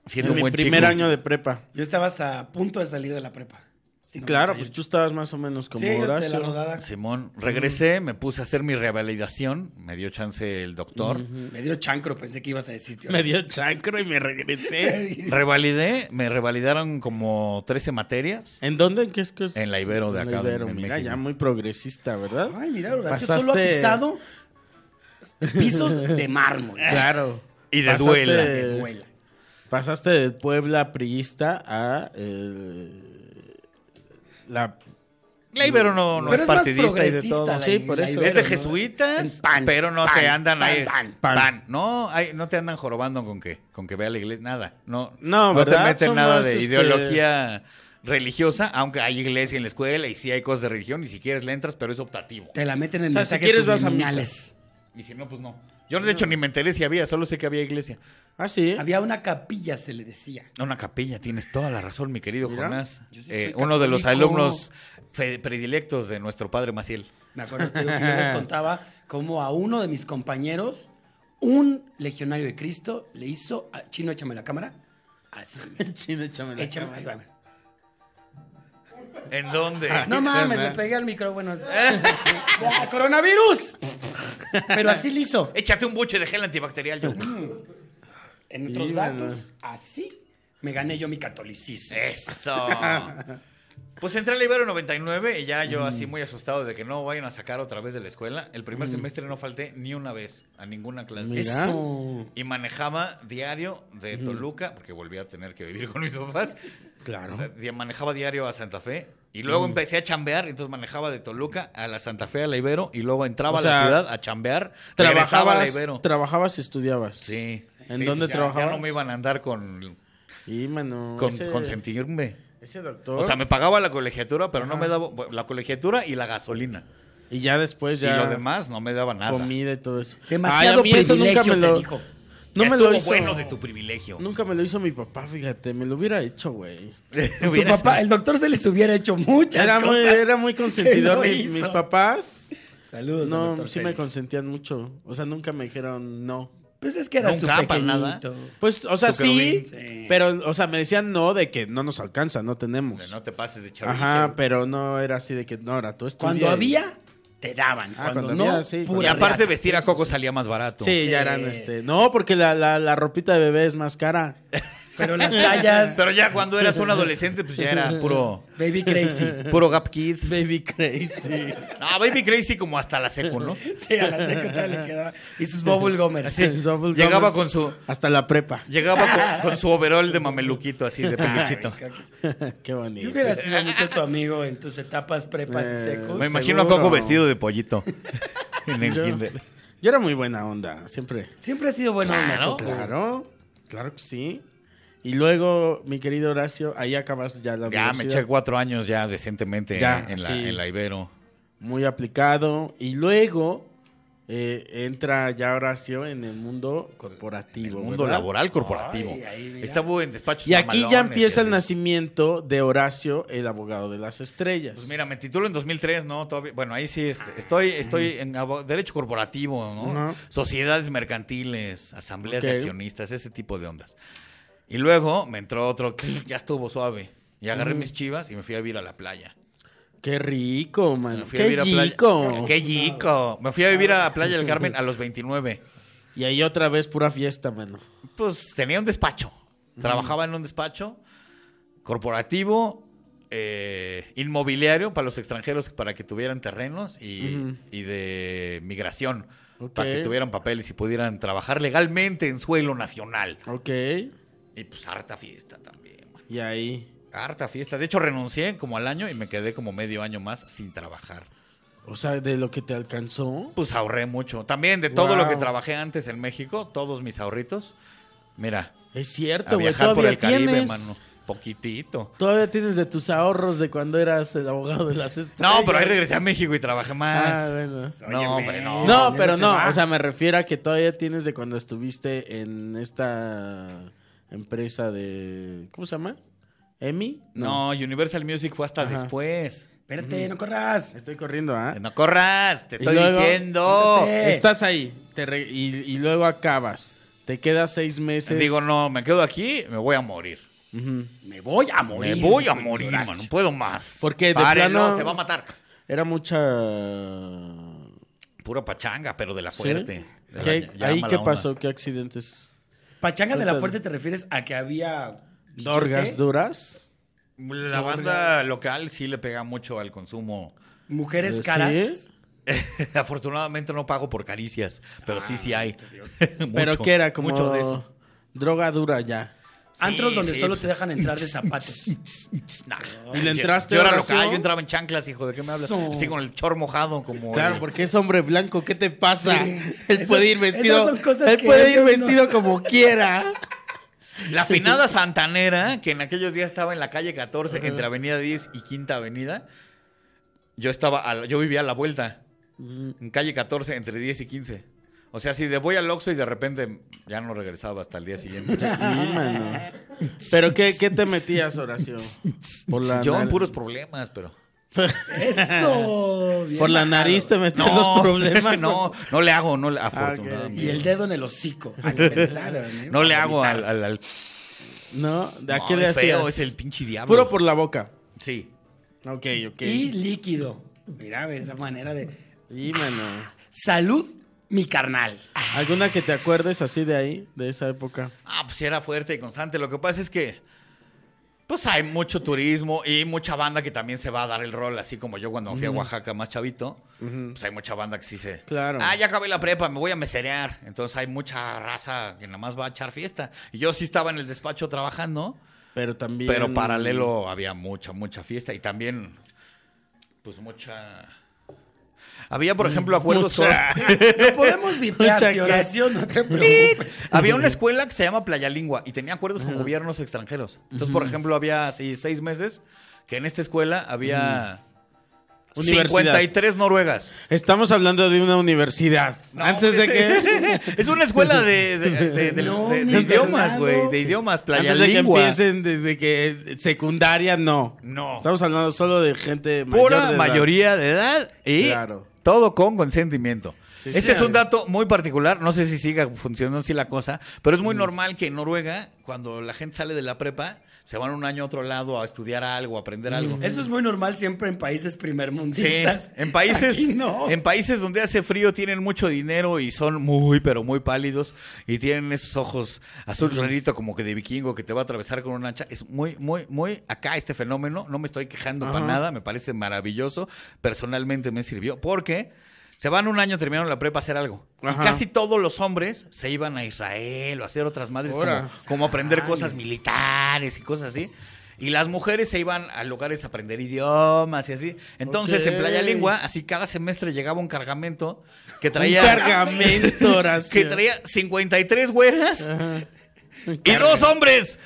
S5: siendo
S3: en
S5: un
S3: mi
S5: buen
S3: primer
S5: chico.
S3: año de prepa.
S4: Yo estabas a punto de salir de la prepa.
S3: Sí, claro, pues tú estabas más o menos como
S4: Sí, ellos de la
S3: Horacio.
S4: rodada.
S5: Simón, regresé, me puse a hacer mi revalidación, me dio chance el doctor.
S4: Me dio chancro, pensé que ibas a decir. tío.
S3: me dio chancro y me regresé.
S5: Revalidé, me revalidaron como 13 materias.
S3: ¿En dónde? ¿En qué es que es?
S5: En la Ibero de
S3: En
S5: acá, de-
S3: Ibero,
S5: en
S3: mira,
S5: México.
S3: ya muy progresista, ¿verdad?
S4: Ay, mira, Horacio
S3: Pasaste-
S4: solo ha pisado pisos de mármol.
S3: Claro.
S5: Y de
S3: Pasaste-
S5: duela.
S4: Que duela.
S3: Pasaste de Puebla priista a eh, la
S5: La Ibero no, no es,
S4: Pero es más
S5: partidista y de
S4: progresista
S5: todo.
S4: la-
S3: Sí, por
S4: la
S3: eso.
S4: Ibero,
S5: es de
S4: ¿no?
S5: jesuitas,
S4: En pan,
S5: pero no
S4: pan,
S5: te andan
S4: pan,
S5: ahí.
S4: pan,
S3: pan.
S5: No, ay, no te andan jorobando con que, con que vea la iglesia, nada. No,
S3: No,
S5: te
S3: ¿verdad?
S5: meten
S3: Son
S5: nada
S3: más,
S5: de
S3: este,
S5: ideología religiosa, aunque hay iglesia en la escuela y sí hay cosas de religión y si quieres le entras, pero es optativo.
S4: Te la meten en
S3: O sea, si
S4: mensajes
S3: quieres vas a
S4: subliminales.
S5: Y si no, pues no. Yo de hecho ni me enteré si había, solo sé que había iglesia.
S3: Ah, sí.
S4: Había una capilla, se le decía.
S5: Una capilla, tienes toda la razón, mi querido
S3: Mira,
S5: Jonás.
S4: yo sí
S5: Eh,
S4: soy
S5: uno de los
S4: católico.
S5: alumnos fe- predilectos de nuestro padre Maciel.
S4: Me acuerdo te digo, que yo les contaba cómo a uno de mis compañeros, un legionario de Cristo, le hizo. a- Chino, échame la cámara. Así.
S3: Chino, échame la
S4: Échame. ahí
S3: cámara.
S4: va, mira.
S5: ¿En dónde?
S4: No mames, le pegué al micrófono. ¡Ah, ¡Coronavirus! Pero así le hizo.
S5: Échate un buche de gel antibacterial, yo.
S4: En otros
S3: Y bueno.
S4: datos, así me gané yo mi catolicismo.
S5: Eh, Eso. Pues entré al Ibero 99 y ya yo
S3: Mm.
S5: así muy asustado de que no vayan a sacar otra vez de la escuela. El primer semestre no falté ni una vez a ninguna clase.
S3: Mm. Mira.
S4: Eso.
S5: Y manejaba diario de Toluca, porque volví a tener que vivir con mis papás. Eh,
S3: Claro. Mm.
S5: Di- Manejaba diario a Santa Fe. Y luego empecé a chambear, entonces manejaba de Toluca a la Santa Fe, a la Ibero, y luego entraba
S3: O
S5: a
S3: sea,
S5: la ciudad a chambear, regresaba a la
S3: Trabajabas,
S5: Ibero.
S3: trabajabas y estudiabas.
S5: sí.
S3: ¿En
S5: Sí, pues
S3: dónde
S5: ya-
S3: trabajabas?
S5: Ya no me iban a andar con,
S3: Y mano,
S5: con
S3: ese,
S5: consentirme.
S3: ese doctor.
S5: O sea, me pagaba la colegiatura, pero no me daba bueno, la colegiatura y la gasolina.
S3: Y ya después
S5: Y
S3: ya
S5: lo demás no me daba nada.
S3: comida y todo eso. Ay,
S4: Demasiado
S3: a mí eso nunca
S4: privilegio,
S3: me lo
S4: te dijo.
S3: No
S5: Ya
S3: me lo
S5: estuvo
S3: hizo.
S5: bueno de tu privilegio.
S3: Nunca me lo hizo mi papá, fíjate, me lo hubiera hecho, güey.
S4: Tu
S5: Hubieras-
S4: papá, el doctor se les hubiera hecho muchas
S3: Era muy,
S4: cosas.
S3: era muy consentidor.
S4: que no
S3: mi-
S4: hizo.
S3: mis papás
S4: Saludos, al
S3: no,
S4: doctor
S3: sí me
S4: Félix.
S3: consentían mucho. O sea, nunca me dijeron no.
S4: Pues es que era
S5: Nunca,
S4: su
S5: para nada.
S4: pequeñito.
S3: Pues, o sea,
S5: Su
S3: sí,
S4: querubín.
S3: pero, o sea, me decían no de que no nos alcanza, no tenemos.
S5: No te pases de chorizo.
S3: Ajá, pero no era así de que, no, ahora tú estudia
S4: Cuando
S3: y-
S4: había, te daban.
S3: Ah,
S4: cuando,
S3: cuando
S4: no,
S3: había, sí,
S5: Y
S4: pura
S5: aparte
S4: reata.
S5: vestir a Coco salía más barato.
S3: Sí, ya eran, este, no, porque la, la, la ropita de bebé es más cara.
S4: Pero las tallas,
S5: Pero ya cuando eras un adolescente, pues ya era puro,
S4: baby crazy.
S5: puro Gap Kids.
S3: Baby crazy.
S5: Ah, Baby Crazy como hasta la secu, ¿no?
S4: Sí, a la secundaria le quedaba. Y sus bubble gomers.
S5: Llegaba con su-
S3: Hasta la prepa.
S5: Llegaba con, con su overol de mameluquito, así, de peluchito.
S3: Qué
S4: Yo
S3: bonito.
S4: hubiera sido mucho tu amigo en tus etapas prepas y
S3: Eh,
S4: secos.
S5: Me imagino a
S3: Seguro.
S5: Coco vestido de pollito. En el
S3: Yo-
S5: kinder.
S3: Yo era muy buena onda, siempre. Oh.
S4: Siempre ha sido bueno.
S5: Claro, Oh.
S3: Claro, claro que sí. Y luego, mi querido Horacio, ahí acabas ya la
S5: Ya me
S3: universidad.
S5: eché cuatro años ya decentemente
S3: Ya,
S5: eh, en, la,
S3: sí.
S5: en la Ibero.
S3: Muy aplicado. Y luego eh, entra ya Horacio en el mundo
S5: El
S3: corporativo.
S5: mundo
S3: Pues, ¿verdad?
S5: laboral corporativo.
S4: Ay, ahí, mira.
S5: Estaba en despachos
S3: Y aquí ya
S5: mamalones
S3: empieza
S5: y
S3: el
S5: así.
S3: nacimiento de Horacio, el abogado de las estrellas.
S5: Pues mira, me titulo en 2003, ¿no? Todavía- bueno, ahí sí este, estoy estoy en abo- derecho corporativo, ¿no?
S3: Ujú.
S5: Sociedades mercantiles, asambleas
S3: Ok.
S5: de accionistas, ese tipo de ondas. Y luego me entró otro, ya estuvo suave. Y agarré mis chivas y me fui a vivir a la playa.
S3: Qué rico,
S5: Me
S3: man.
S5: fui
S3: Qué
S5: a vivir a playa-
S3: rico.
S5: ¡Qué chico! Me fui a vivir a Playa del Carmen a los 29.
S3: Y ahí otra vez pura fiesta, mano.
S5: pues tenía un despacho. Trabajaba en un despacho corporativo. eh, inmobiliario para los extranjeros para que tuvieran terrenos y,
S6: Ujú.
S5: y de migración para
S3: Ok.
S5: que tuvieran papeles y pudieran trabajar legalmente en suelo nacional.
S3: Ok.
S5: Y pues harta fiesta también, man.
S3: Y ahí.
S5: harta fiesta. De hecho renuncié como al año y me quedé como medio año más sin trabajar.
S3: O sea, de lo que te alcanzó.
S5: Pues ahorré mucho. También de todo lo que
S3: Wow.
S5: trabajé antes en México, todos mis ahorritos. Mira,
S3: Es
S5: a
S3: cierto, güey.
S5: viajar por
S3: Todavía
S5: el Caribe,
S3: tienes.
S5: mano. Poquitito.
S3: Todavía tienes de tus ahorros de cuando eras el abogado de las estrellas.
S5: No, pero ahí regresé a México y trabajé más.
S3: Ah, bueno.
S5: No, hombre, no.
S3: No,
S4: ya
S3: pero
S4: se
S3: no,
S4: va.
S3: o sea, me refiero a que todavía tienes de cuando estuviste en esta empresa de... ¿Cómo se llama? ¿Emi?
S5: No, Universal Music fue hasta
S3: Ajá.
S5: después.
S4: Espérate, no corras.
S3: Estoy corriendo, ¿ah?
S5: No corras, te
S3: ¿Y
S5: estoy
S3: luego?
S5: diciendo. Eh,
S4: Métete.
S3: Estás ahí te re- y, y luego acabas. Te quedas seis meses.
S5: Digo, no, me quedo aquí, me voy a morir.
S3: Ujú.
S4: Me voy a morir.
S5: Me voy a morir,
S4: Lloras.
S5: man, no puedo más.
S3: Porque de
S5: Párenlo,
S3: plano-
S5: se va a matar.
S3: Era mucha...
S5: Pura pachanga, pero de la
S3: ¿Sí?
S5: fuerte. De la-
S3: ¿Qué-
S5: ya
S3: ¿Ahí
S5: mala
S3: qué
S5: onda.
S3: pasó? ¿Qué accidentes?
S4: Pachanga de la
S3: Ahorita-
S4: Fuerte te refieres a que había... billete?
S3: ¿Dorgas duras?
S5: La banda local sí le pega mucho al consumo.
S4: Mujeres
S3: ¿Sí?
S4: caras.
S5: Afortunadamente no pago por caricias, pero sí, sí hay.
S3: Ah, ¿Pero
S5: Mucho,
S3: qué era? Como
S5: Mucho de eso.
S3: Droga dura ya.
S4: Antros
S5: Sí,
S4: donde
S5: sí,
S4: solo
S5: pues.
S4: te dejan entrar de zapatos.
S5: Nah.
S3: ¿Y le
S5: Yo-
S3: entraste,
S5: Yo era
S3: Horacio?
S5: local, yo entraba en chanclas, hijo, ¿de qué me hablas?
S4: Eso.
S5: Así con el chor mojado, como.
S3: Claro,
S5: el-
S3: porque es hombre blanco, ¿qué te pasa? Él
S4: Esas-
S3: puede ir
S4: esas
S3: vestido,
S4: son cosas
S3: él
S4: que
S3: puede ir
S4: ellos no
S3: vestido
S4: saben.
S3: como quiera.
S5: La afinada santanera, que en aquellos días estaba en la calle 14, entre Avenida 10 y Quinta Avenida. Yo estaba, a la- yo vivía a la vuelta, en calle 14, entre 10 y 15. O sea, si de voy al Oxxo y de repente ya no regresaba hasta el día siguiente.
S3: Pero qué, qué te metías, Horacio? Por la
S5: yo en
S3: nar-
S5: puros problemas, pero...
S4: Eso. bien
S3: por la
S4: bajado.
S3: nariz te metías los problemas. Ah,
S5: no, no le hago, no le, afortunadamente.
S4: Y el dedo en el hocico. a que pensaran, ¿eh?
S5: No le
S4: Para
S5: hago al...
S4: evitar.
S5: al- al-
S3: No, ¿de a
S5: No,
S3: qué le
S5: es feo,
S3: hacías?
S5: es el pinche diablo.
S3: Puro por la boca.
S5: Sí.
S3: Ok, ok.
S4: Y líquido. Mira, ve, esa manera de...
S3: Y, mano,
S4: Salud, mi carnal.
S3: ¿Alguna que te acuerdes así de ahí, de esa época?
S5: Ah, pues era fuerte y constante. Lo que pasa es que, pues hay mucho turismo y mucha banda que también se va a dar el rol, así como yo cuando fui a Oaxaca más chavito. Pues hay mucha banda que sí se.
S3: Claro.
S5: Ah, ya acabé la prepa, me voy a meserear. Entonces hay mucha raza que nada más va a echar fiesta. Y yo sí estaba en el despacho trabajando,
S3: Pero también.
S5: pero paralelo había mucha, mucha fiesta y también, pues mucha. Había, por ejemplo, acuerdos con-
S4: No podemos
S3: Mucha
S4: vipear,
S3: que-
S4: tío Horacio, no te preocupes.
S5: Había una escuela que se llama Playa Lingua y tenía acuerdos con gobiernos extranjeros. Entonces, por ejemplo, había así seis meses que en esta escuela había
S3: Universidad.
S5: 53 noruegas.
S3: Estamos hablando de una universidad.
S5: No,
S3: Antes de
S5: sí.
S3: que.
S5: es una escuela de, de- de- de-
S4: No,
S5: de- de
S4: mi Bernardo.
S5: idiomas, güey. De idiomas, Playa
S3: Antes de que
S5: Lingua.
S3: empiecen desde que eh, secundaria, no.
S5: No.
S3: Estamos hablando solo de gente mayor
S5: Pura
S3: de edad.
S5: mayoría de edad y
S3: Claro.
S5: todo con consentimiento.
S3: Sí,
S5: este
S3: sí.
S5: es un dato muy particular, no sé si siga funcionando así la cosa, pero es
S3: Mm.
S5: muy normal que en Noruega, cuando la gente sale de la prepa, se van un año a otro lado a estudiar algo,
S3: Mm.
S5: a aprender algo.
S4: Eso es muy normal siempre en países
S5: Sí,
S4: primermundistas.
S5: en países,
S4: Aquí no.
S5: en países donde hace frío tienen mucho dinero y son muy, pero muy pálidos y tienen esos ojos azul clarito como que de vikingo que te va a atravesar con una hacha. Es muy, muy, muy acá este fenómeno. No me estoy quejando para
S3: Ajá.
S5: nada, me parece maravilloso. Personalmente me sirvió porque se van un año, terminaron la prepa a hacer algo. Y
S3: Ajá.
S5: casi todos los hombres se iban a Israel o a hacer otras madres como,
S3: Ahora.
S5: como aprender cosas militares y cosas así. Y las mujeres se iban a lugares a aprender idiomas y así. Entonces, en Playa
S3: Ok.
S5: Lengua, así cada semestre llegaba un cargamento que
S3: Un
S5: traía.
S3: cargamento, Horacio. Ah,
S5: Que traía 53 güeras
S3: Ajá.
S5: y dos hombres.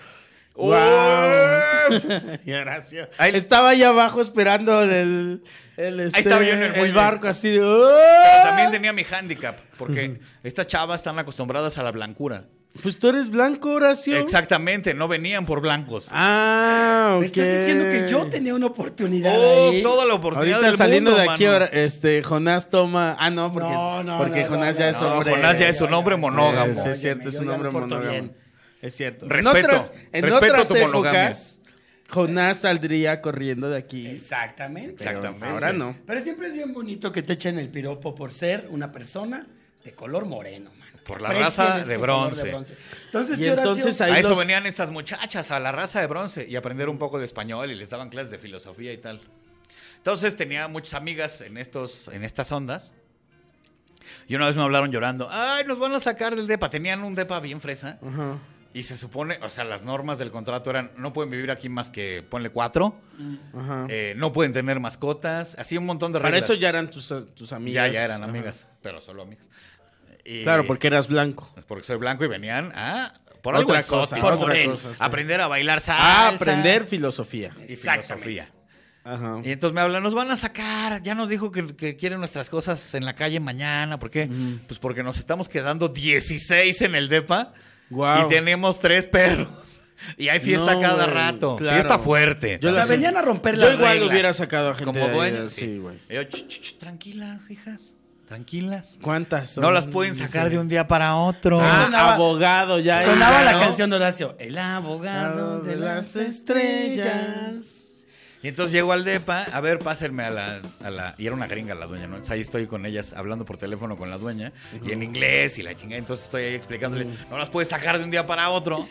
S3: Guau.
S5: ¡Uf!
S3: Gracias.
S5: Ahí-
S3: Estaba ahí abajo esperando el, el, este,
S5: estaba yo en el muelle.
S3: barco así de. "Ah".
S5: Pero también tenía mi handicap, porque estas chavas están acostumbradas a la blancura.
S3: Pues tú eres blanco, Horacio.
S5: Exactamente, no venían por blancos.
S3: Ah, ok.
S4: Me estás diciendo que yo tenía una oportunidad.
S5: Uf,
S4: ahí.
S5: toda la oportunidad
S3: Ahorita
S5: del
S3: saliendo
S5: mundo,
S3: de aquí,
S5: mano.
S3: ahora, este, Jonás toma. Ah, no, porque,
S4: No, no,
S3: porque
S4: no,
S3: Jonás
S4: no,
S3: ya
S4: no,
S3: es
S5: no,
S3: hombre.
S5: Jonás ya es un hombre monógamo.
S3: Sí, es cierto,
S4: Óyeme,
S3: es
S4: yo
S3: un
S4: ya
S3: hombre
S4: me porto
S3: monógamo.
S4: bien.
S3: Es cierto.
S5: Respeto,
S3: En otras, en
S5: respeto
S3: otras
S5: tu monogamia. Eh,
S3: épocas, Jonás saldría corriendo de aquí.
S4: Exactamente.
S5: Exacto. Exactamente.
S3: Ahora no.
S4: Pero siempre es bien bonito que te echen el piropo por ser una persona de color moreno, mano.
S5: Por la
S4: Aprecien
S5: raza
S4: este
S5: de
S4: color
S5: bronce.
S4: Entonces,
S3: Y
S4: tío Horacio,
S3: entonces ahí
S5: A eso
S3: los-
S5: venían estas muchachas, a la raza de bronce, y aprender un poco de español, y les daban clases de filosofía y tal. Entonces tenía muchas amigas en, estos, en estas ondas. Y una vez me hablaron llorando, ay, nos van a sacar del depa. Tenían un depa bien fresa.
S3: Ajá.
S5: Y se supone, o sea, las normas del contrato eran, no pueden vivir aquí más que, ponle cuatro.
S3: Mm. Ajá.
S5: eh, no pueden tener mascotas. Así un montón de
S3: Para
S5: reglas.
S3: eso ya eran tus, tus amigas.
S5: Ya, ya eran
S3: Ajá.
S5: amigas, pero solo amigas. Y-
S3: Claro, porque eras blanco.
S5: pues porque soy blanco y venían a por
S3: Otra
S5: algo
S3: cosa,
S5: exótico,
S3: otra
S5: por-
S3: cosa, sí.
S5: aprender a bailar
S4: Ah,
S5: salsa
S3: A aprender filosofía.
S5: y
S4: Exactamente.
S5: filosofía.
S3: Ajá.
S5: Y entonces me hablan, nos van a sacar, ya nos dijo que, que quieren nuestras cosas en la calle mañana, ¿por qué? Pues porque nos estamos quedando 16 en el DEPA
S3: Guau.
S5: y tenemos tres perros. Y hay fiesta
S3: No,
S5: cada
S3: güey,
S5: rato,
S3: claro.
S5: fiesta fuerte.
S3: Yo
S4: o sea,
S3: las-
S4: venían a romper
S3: Yo
S4: las
S3: igual
S4: reglas.
S3: hubiera sacado a gente
S5: como
S3: de-
S5: dueño,
S3: Sí, güey.
S5: Y yo, "Ch, ch, ch, tranquilas, hijas, tranquilas.
S3: ¿Cuántas? son?
S5: No las pueden sacar de un día para otro.
S3: Ah,
S4: Sonaba-
S3: abogado ya.
S4: Sonaba
S5: ya,
S4: la
S5: ¿no?
S4: canción de Horacio. El abogado de las estrellas.
S5: Y entonces llego al DEPA, a ver, pásenme a la, a la- Y era una gringa la dueña, ¿no? Entonces ahí estoy con ellas hablando por teléfono con la dueña, y en inglés, y la chingada. Entonces estoy ahí explicándole, no las puedes sacar de un día para otro.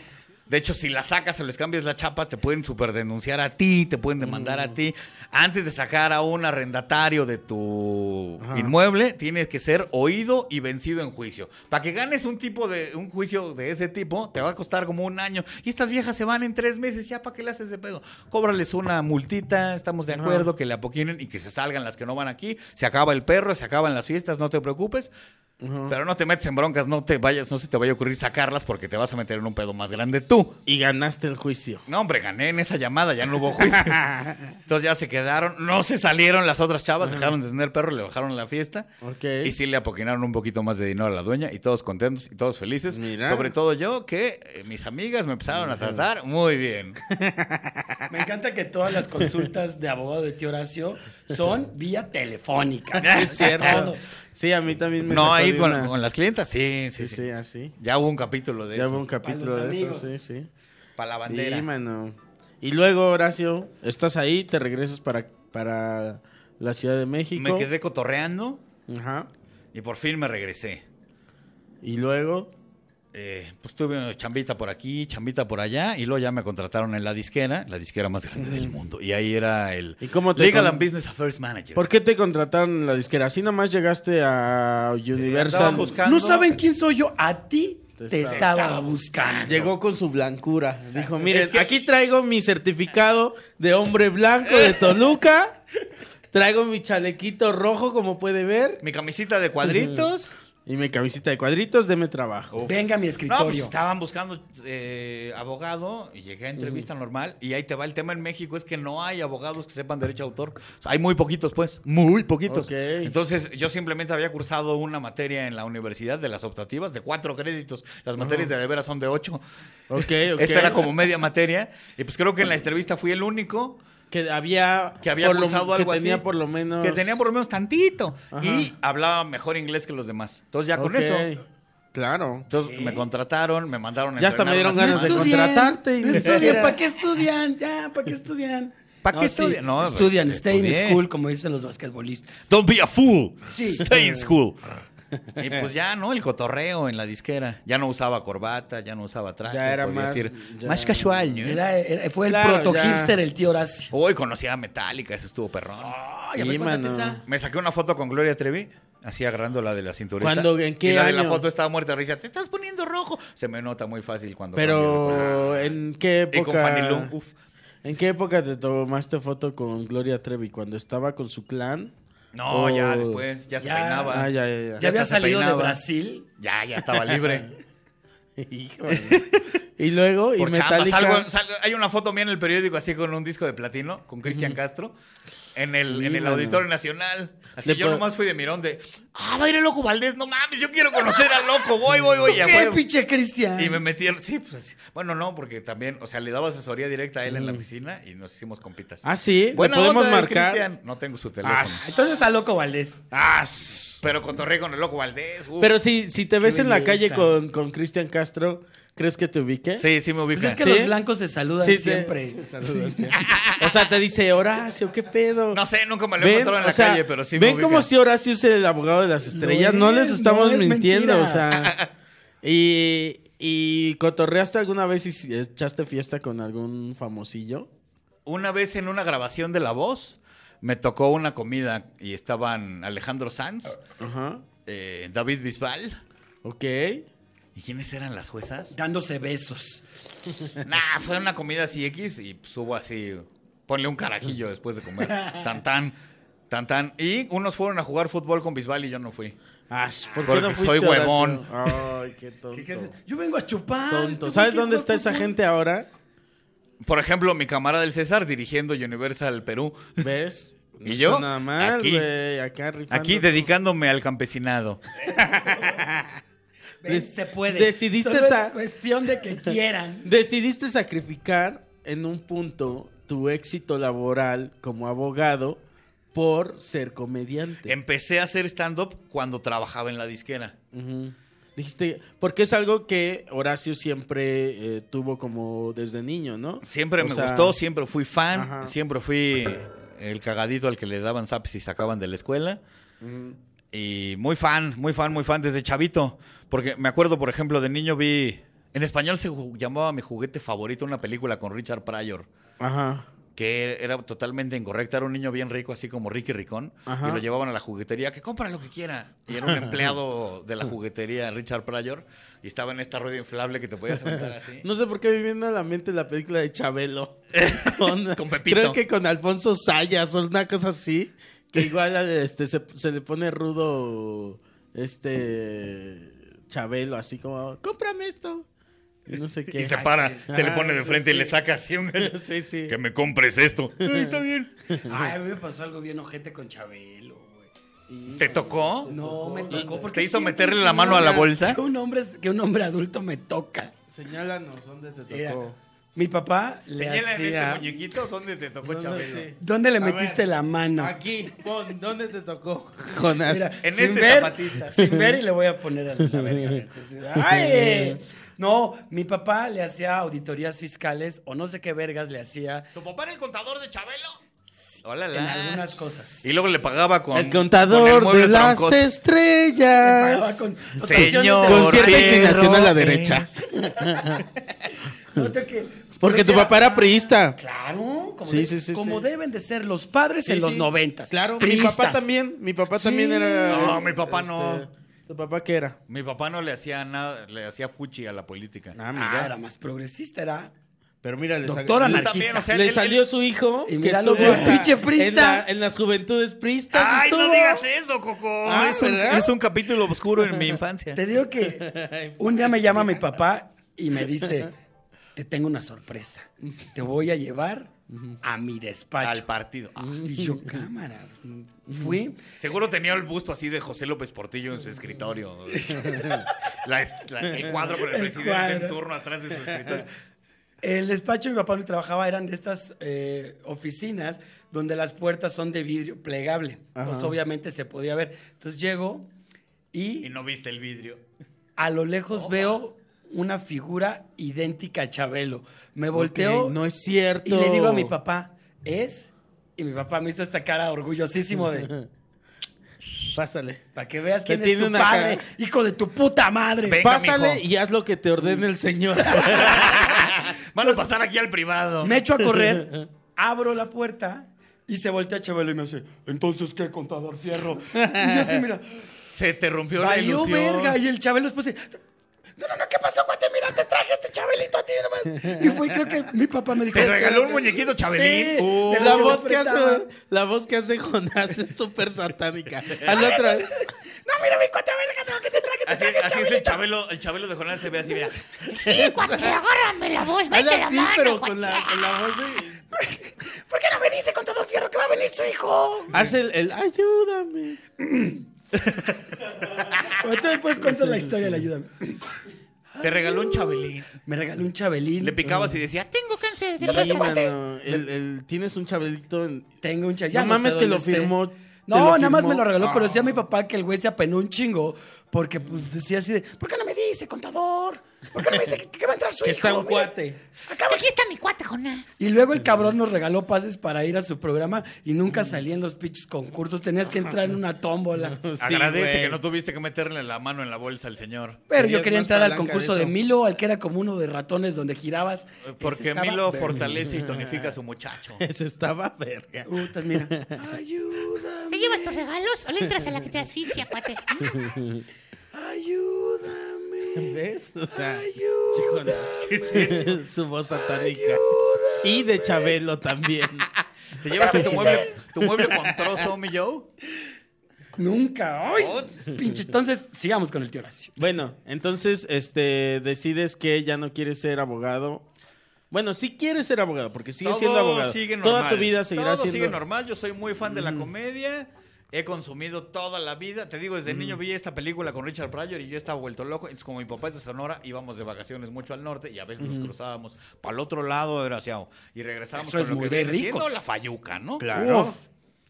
S5: De hecho, si las sacas o les cambias las chapas, te pueden superdenunciar a ti, te pueden demandar
S4: Mm.
S5: a ti. Antes de sacar a un arrendatario de tu inmueble, tienes que ser oído y vencido en juicio. Para que ganes un tipo de un juicio de ese tipo, te va a costar como un año. Y estas viejas se van en tres meses, ya para qué le haces de pedo. Cóbrales una multita, estamos de acuerdo, que le apoquinen y que se salgan las que no van aquí. Se acaba el perro, se acaban las fiestas, no te preocupes. Pero no te metes en broncas, no te vayas, no se te vaya a ocurrir sacarlas porque te vas a meter en un pedo más grande tú.
S3: Y ganaste el juicio.
S5: No, hombre, gané en esa llamada, ya no hubo juicio. Entonces ya se quedaron, no se salieron las otras chavas, dejaron de tener perro, le bajaron la fiesta.
S3: Ok.
S5: Y sí le apoquinaron un poquito más de dinero a la dueña y todos contentos y todos felices.
S3: Mira.
S5: Sobre todo yo, que eh, mis amigas me empezaron a tratar muy bien.
S4: Me encanta que todas las consultas de abogado de tío Horacio son vía telefónica.
S3: Sí, es cierto.
S4: Todo.
S3: Sí, a mí también me
S5: No,
S3: sacó
S5: ahí
S3: de
S5: con,
S3: una-
S5: con las clientas, sí,
S3: Sí,
S5: sí, sí,
S3: sí, así.
S5: Ya hubo un capítulo de
S3: Ya
S5: eso.
S3: hubo un capítulo
S4: Para
S3: de
S4: los
S3: eso,
S4: amigos.
S3: sí, sí.
S5: Para la bandera.
S3: Sí, mano. Y luego, Horacio, estás ahí, te regresas para, para la Ciudad de México.
S5: me quedé cotorreando
S3: Ajá.
S5: y por fin me regresé.
S3: Y luego,
S5: Eh, pues tuve una chambita por aquí, chambita por allá, y luego ya me contrataron en la disquera, la disquera más grande del mundo. Y ahí era el
S3: ¿Y cómo te
S5: Legal
S3: con-
S5: and Business Affairs Manager.
S3: ¿por qué te contrataron en la disquera? Así nomás llegaste a Universal.
S5: Andaban buscando-
S4: No saben quién soy yo. A ti
S3: Te
S4: te,
S3: estaba-
S4: estaba, buscando.
S3: Llegó con su blancura. Dijo, miren,
S5: Es que-
S3: aquí traigo mi certificado de hombre blanco de Toluca. Traigo mi chalequito rojo, como puede ver.
S5: Mi camisita de cuadritos.
S3: Y mi camiseta de cuadritos, deme trabajo.
S4: Venga a mi
S5: No, pues
S4: escritorio.
S5: estaban buscando eh, abogado y llegué a entrevista normal y ahí te va el tema en México es que no hay abogados que sepan derecho de autor. O sea, hay muy poquitos pues, muy poquitos.
S3: Ok.
S5: Entonces yo simplemente había cursado una materia en la universidad de las optativas de cuatro créditos. Las materias de de veras son de ocho.
S3: Ok, ok.
S5: Esta era como media materia y pues creo que en la entrevista fui el único
S3: Que había...
S5: que había
S3: por lo-
S5: cursado algo
S3: Que tenía
S5: así.
S3: por lo menos...
S5: que tenía por lo menos tantito
S3: pues. Ajá.
S5: y hablaba mejor inglés que los demás. Entonces ya con
S3: Ok,
S5: eso
S3: Claro.
S5: entonces me contrataron, me mandaron a
S3: Ya hasta
S5: entrenar
S3: me dieron
S5: una
S3: ganas
S5: semana.
S3: de contratarte y
S4: No
S3: ni
S4: estudian.
S3: siquiera-
S4: ¿Para qué estudian? Ya, ¿para qué estudian?
S5: ¿Pa' qué estudian? No,
S4: estudian.
S5: pues,
S4: Stay
S5: estudié.
S4: in school, como dicen los basquetbolistas.
S5: Don't be a fool.
S4: Sí.
S5: Stay in school. Y pues ya, ¿no? El cotorreo en la disquera. Ya no usaba corbata, ya no usaba traje.
S3: Ya era
S5: podía
S3: más-
S5: decir,
S3: ya-
S5: más casual, ¿no?
S4: Era- era- fue el
S3: Claro,
S4: proto
S3: ya.
S4: hipster, el tío Horacio.
S5: Hoy conocía a Metallica, eso estuvo perrón.
S4: Ay, a
S3: Sí,
S4: ver, cuéntate
S3: mano.
S4: esa.
S5: Me saqué una foto con Gloria Trevi, así agarrando la de la cinturita.
S3: ¿Cuándo? ¿En qué
S5: Y la de la
S3: año?
S5: foto estaba muerta de risa. Te estás poniendo rojo. Se me nota muy fácil cuando cambio de
S3: Pero
S5: color.
S3: en qué época...
S5: Y con Fanny Lu, uf.
S3: ¿En qué época te tomaste foto con Gloria Trevi? ¿Cuando estaba con su clan?
S5: No,
S3: Oh.
S5: ya después, ya, se
S4: Ya.
S5: peinaba.
S3: Ah, ya, ya,
S4: Ya
S3: ya.
S5: hasta
S4: había
S5: se
S4: salido de
S5: peinaba.
S4: Brasil.
S5: Ya, ya estaba libre.
S3: Híjole. y luego, y
S5: Por chamba.
S3: Metallica...
S5: Salgo- salgo- hay una foto mía en el periódico así con un disco de platino con Cristian Castro en el, en el
S3: Míralo.
S5: Auditorio Nacional. Así
S3: Le
S5: yo
S3: po-
S5: nomás fui de mirón de, ah, va a ir el Loco Valdés, no mames, yo quiero conocer al Loco, voy, voy, voy. y a
S4: ¿Qué
S5: huevo.
S4: pinche Cristian?
S5: Y me metieron, sí, pues así. Bueno, no, porque también, o sea, le daba asesoría directa a él en la oficina y nos hicimos compitas.
S3: Mm. Ah, sí, ¿le
S5: Buena
S3: podemos
S5: onda, el
S3: marcar?
S5: Cristian. No tengo su teléfono.
S3: Ah,
S4: Entonces está loco Valdés.
S5: pero contorré con el Loco Valdés. uf.
S3: Pero si, si te ves en la calle
S4: belleza.
S3: con, con Cristian Castro, ¿crees que te ubique?
S5: Sí, sí me ubica.
S4: Pues es que
S3: ¿Sí?
S4: los blancos se saludan
S3: Sí, te-
S4: siempre.
S3: se saludan siempre. O sea, te dice, Horacio, ¿qué pedo?
S5: No sé, nunca me lo he
S3: Ven,
S5: encontrado en
S3: o
S5: la
S3: sea,
S5: calle, pero sí me
S3: Ven
S5: ubica.
S3: como si Horacio es el abogado de las estrellas.
S4: es,
S3: no les estamos
S4: no es
S3: mintiendo,
S4: mentira.
S3: o sea. ¿Y, y cotorreaste alguna vez y si- echaste fiesta con algún famosillo?
S5: Una vez en una grabación de La Voz, me tocó una comida y estaban Alejandro Sanz,
S3: Ajá.
S5: eh, David Bisbal.
S3: Ok.
S5: ¿Y quiénes eran las juezas?
S4: Dándose besos.
S5: Nah, fue una comida así X y subo así. Ponle un carajillo después de comer. Tan tan. Tan tan. Y unos fueron a jugar fútbol con Bisbal y yo no fui.
S3: Ah, ¿por qué
S5: Porque
S3: no fuiste
S5: soy
S3: Horacio?
S5: huevón.
S3: Ay, qué tonto.
S4: ¿Qué- qué haces? Yo vengo a chupar. este
S3: Tonto.
S4: güey
S3: ¿Sabes
S4: quiere
S3: dónde
S4: jugar
S3: está esa
S4: fútbol.
S3: gente ahora?
S5: Por ejemplo, mi camarada del César dirigiendo Universal Perú.
S3: ¿Ves?
S5: ¿Y
S3: está
S5: yo?
S3: Nada más,
S5: Aquí.
S3: güey. Acá rifando.
S5: Aquí dedicándome al campesinado.
S4: Ven,
S3: Des-
S4: se puede.
S3: decidiste
S4: Solo es
S3: sa-
S4: cuestión de que quieran.
S3: Decidiste sacrificar en un punto tu éxito laboral como abogado por ser comediante.
S5: Empecé a hacer stand-up cuando trabajaba en la disquera.
S3: Ujú. Dijiste, porque es algo que Horacio siempre eh, tuvo como desde niño, ¿no?
S5: Siempre
S3: O
S5: me
S3: sea,
S5: gustó, siempre fui fan,
S3: Ajá.
S5: siempre fui el cagadito al que le daban zaps y sacaban de la escuela. Y muy fan, muy fan, muy fan desde chavito. Porque me acuerdo, por ejemplo, de niño vi. En español se ju- llamaba mi juguete favorito una película con Richard Pryor,
S3: Ajá.
S5: que era totalmente incorrecta. Era un niño bien rico, así como Ricky Ricón.
S3: Ajá.
S5: Y lo llevaban a la juguetería, que compra lo que quiera. Y era un empleado de la juguetería, Richard Pryor. Y estaba en esta rueda inflable que te podías aventar así.
S3: No sé por qué me viene a la mente la película de Chabelo.
S5: Con Pepito.
S3: Creo que con Alfonso Sayas o una cosa así. Que igual este, se, se le pone rudo este Chabelo, así como, cómprame esto. Y no sé qué.
S5: Y se para, se le pone de
S3: Ah, sí,
S5: frente y
S3: sí.
S5: le saca así un...
S3: sí, sí.
S5: Que me compres esto. Ay, está bien.
S4: Ay, a mí me pasó algo bien ojete con Chabelo, güey.
S5: ¿Te tocó?
S4: No, me tocó porque
S5: ¿Te hizo
S4: siempre
S5: meterle
S4: es
S5: la
S4: un
S5: mano a la
S4: hombre-
S5: bolsa?
S4: Que un hombre, que un hombre adulto me toca.
S3: Señálanos dónde te tocó.
S4: Era- mi papá le
S5: Señala en este
S4: hacía...
S5: muñequito dónde te tocó
S3: ah. No, no
S5: Chabelo.
S3: sé.
S4: ¿Dónde le
S5: A
S4: metiste
S5: ver,
S4: la mano?
S3: Aquí, pon, ¿dónde te tocó? Jonás.
S4: Mira,
S5: En
S4: sin
S5: este
S4: ver,
S5: zapatista.
S4: Sin ver y le voy a poner a la verga. Entonces, ¡Ay! eh. No, mi papá le hacía auditorías fiscales o no sé qué vergas le hacía
S5: ¿Tu papá era el contador de Chabelo? Hola,
S4: en algunas cosas.
S5: Y luego le pagaba con...
S3: el
S5: con el
S3: contador
S5: mueble
S3: de las
S5: troncos.
S4: Me
S3: estrellas.
S4: pagaba con dotaciones de-
S5: Señor.
S3: Con cierta
S5: Ferro
S3: inclinación a la
S5: es-
S3: derecha.
S4: Nota que-
S3: Porque
S4: pero
S3: tu
S4: si era-
S3: papá era priista.
S4: Claro, como,
S3: Sí,
S4: de-
S3: sí, sí,
S4: como
S3: sí.
S4: deben de ser los padres en
S3: Sí,
S4: los
S3: sí.
S4: noventas.
S3: Claro, mi
S4: Priistas.
S3: papá también, mi papá
S4: Sí.
S3: también era. Este,
S5: No, mi papá no.
S3: ¿Tu papá qué era?
S5: Mi papá no le hacía nada, le hacía fuchi a la política.
S3: Ah,
S4: Ah,
S3: mira.
S4: era más progresista, era.
S3: Pero mira, le,
S4: Doctor
S3: salió-
S4: anarquista.
S5: También, o sea,
S3: le
S5: él- él-
S3: salió su hijo.
S4: Y
S3: que
S4: mira lo
S3: estuvo
S4: que- ¡Pinche
S3: en
S4: priista!
S3: la- En, las juventudes pristas.
S5: ¡Ay, no
S3: estuvo.
S5: digas eso, Coco!
S3: Ah,
S5: es, un,
S3: ¿verdad?
S5: es un capítulo oscuro en mi infancia.
S4: Te digo que un día me llama mi papá y me dice: Te tengo una sorpresa. Te voy a llevar a mi despacho.
S5: Al partido. Ah.
S4: Y yo, cámara. pues, Fui.
S5: Seguro tenía el busto así de José López Portillo en su escritorio. La es- la- el cuadro con el,
S4: El
S5: presidente
S4: cuadro.
S5: en turno atrás de su escritorio.
S4: El despacho de mi papá donde trabajaba eran de estas eh, oficinas donde las puertas son de vidrio plegable. Pues obviamente se podía ver. Entonces llego
S5: Y
S4: y
S5: no viste el vidrio.
S4: a lo lejos veo una figura idéntica a Chabelo. Me volteo
S3: Ok, no es cierto.
S4: y le digo a mi papá, ¿es? Y mi papá me hizo esta cara orgullosísimo de,
S3: Pásale.
S4: para que veas
S3: Que
S4: quién es
S3: tiene
S4: tu
S3: una
S4: padre,
S3: cara-
S4: hijo de tu puta madre.
S5: Venga,
S3: Pásale
S5: mijo.
S3: y haz lo que te ordene el señor.
S5: Van a pasar aquí al privado.
S4: Me echo a correr, abro la puerta y se voltea Chabelo y me dice, entonces, ¿qué, contador fierro? Y yo así, mira,
S5: Se te rompió la
S4: valió
S5: ilusión.
S4: verga. Y el Chabelo después de, no, no, no, ¿qué pasó, cuate? Mira, te traje este Chabelito a ti nomás. Y fue, creo que mi papá me dijo...
S5: Te regaló un muñequito, Chabelín.
S4: Sí.
S5: Uh,
S4: De
S3: la,
S4: que
S3: voz
S4: se
S3: que hace,
S4: apretaba.
S3: la voz que hace Jonás es súper satánica. Haz la otra vez.
S4: No, mira, mi cuate, verga, no, que te traje, te
S5: así,
S4: traje
S5: así es
S4: Chabelito.
S5: el Chabelo. El Chabelo de Jonás se ve así, mira.
S2: Sí, cuate, agárrame la voz,
S3: Haz
S2: mete la
S3: así,
S2: mano.
S3: pero
S2: cuate.
S3: con la, con la voz de.
S4: ¿Por qué no me dice, contador fierro, que va a venir su hijo?
S3: Haz el, el ayúdame.
S4: Ahorita después cuento la historia, la ayuda.
S5: Te regaló un Chabelín.
S4: Me regaló un Chabelín.
S5: Le picabas y decía, tengo cáncer de
S3: Sí,
S5: próstata.
S3: mano, el, el- tienes un chabelito en...
S4: Tengo un Chabelín.
S3: No
S4: Ya
S3: mames
S4: sé
S3: que
S4: dónde
S3: lo firmó, te
S4: No,
S3: lo
S4: nada más
S3: firmó.
S4: me lo regaló, pero
S3: Ah.
S4: decía mi papá que el güey se apenó un chingo porque pues decía así de, ¿por qué no me dice, contador? ¿Por qué me dice que, que va a entrar su
S3: Que
S4: hijo?
S3: está un
S4: Mira,
S3: cuate.
S2: Aquí está mi cuate, Jonás.
S4: Y luego el cabrón nos regaló pases para ir a su programa y nunca salía en los pinches concursos. Tenías que entrar en una tómbola.
S3: Sí,
S5: Agradece
S3: güey.
S5: que no tuviste que meterle la mano en la bolsa al señor.
S4: Pero yo
S3: Tenías
S4: quería
S3: más
S4: entrar al
S3: palanca de
S4: concurso de
S3: eso.
S4: Milo, al que era como uno de ratones donde girabas. Ese
S5: Porque
S4: estaba
S5: Milo
S4: verga.
S5: fortalece y tonifica a su muchacho.
S3: Ese estaba verga.
S4: Putas, mira. Ayúdame,
S2: ¿Te llevas tus regalos o le entras a la que te asfixia, cuate?
S4: ayúdame.
S3: ¿Ves? O sea, chico, su voz satánica. Y de Chabelo también.
S5: ¿Te llevaste tu mueble, tu mueble con trozo, mi Joe?
S4: Nunca, ay. Pinche. Entonces, sigamos con el tío Horacio.
S3: Bueno, entonces este decides que ya no quieres ser abogado. Bueno, sí quieres ser abogado, porque sigues siendo abogado.
S5: sigue
S3: Toda
S5: normal.
S3: tu vida seguirás
S5: Todo
S3: siendo Mm.
S5: sigue normal. Yo soy muy fan de la comedia. He consumido toda la vida. Te digo, desde
S3: Mm.
S5: niño vi esta película con Richard Pryor y yo estaba vuelto loco. Entonces, como mi papá es de Sonora, íbamos de vacaciones mucho al norte y a veces
S3: Mm.
S5: nos cruzábamos para el otro lado, desgraciado. Y regresábamos
S4: Eso es
S5: con lo
S4: muy
S5: que
S4: de
S5: viene
S4: ricos.
S5: siendo la fayuca, ¿no?
S3: Claro.
S4: Uf.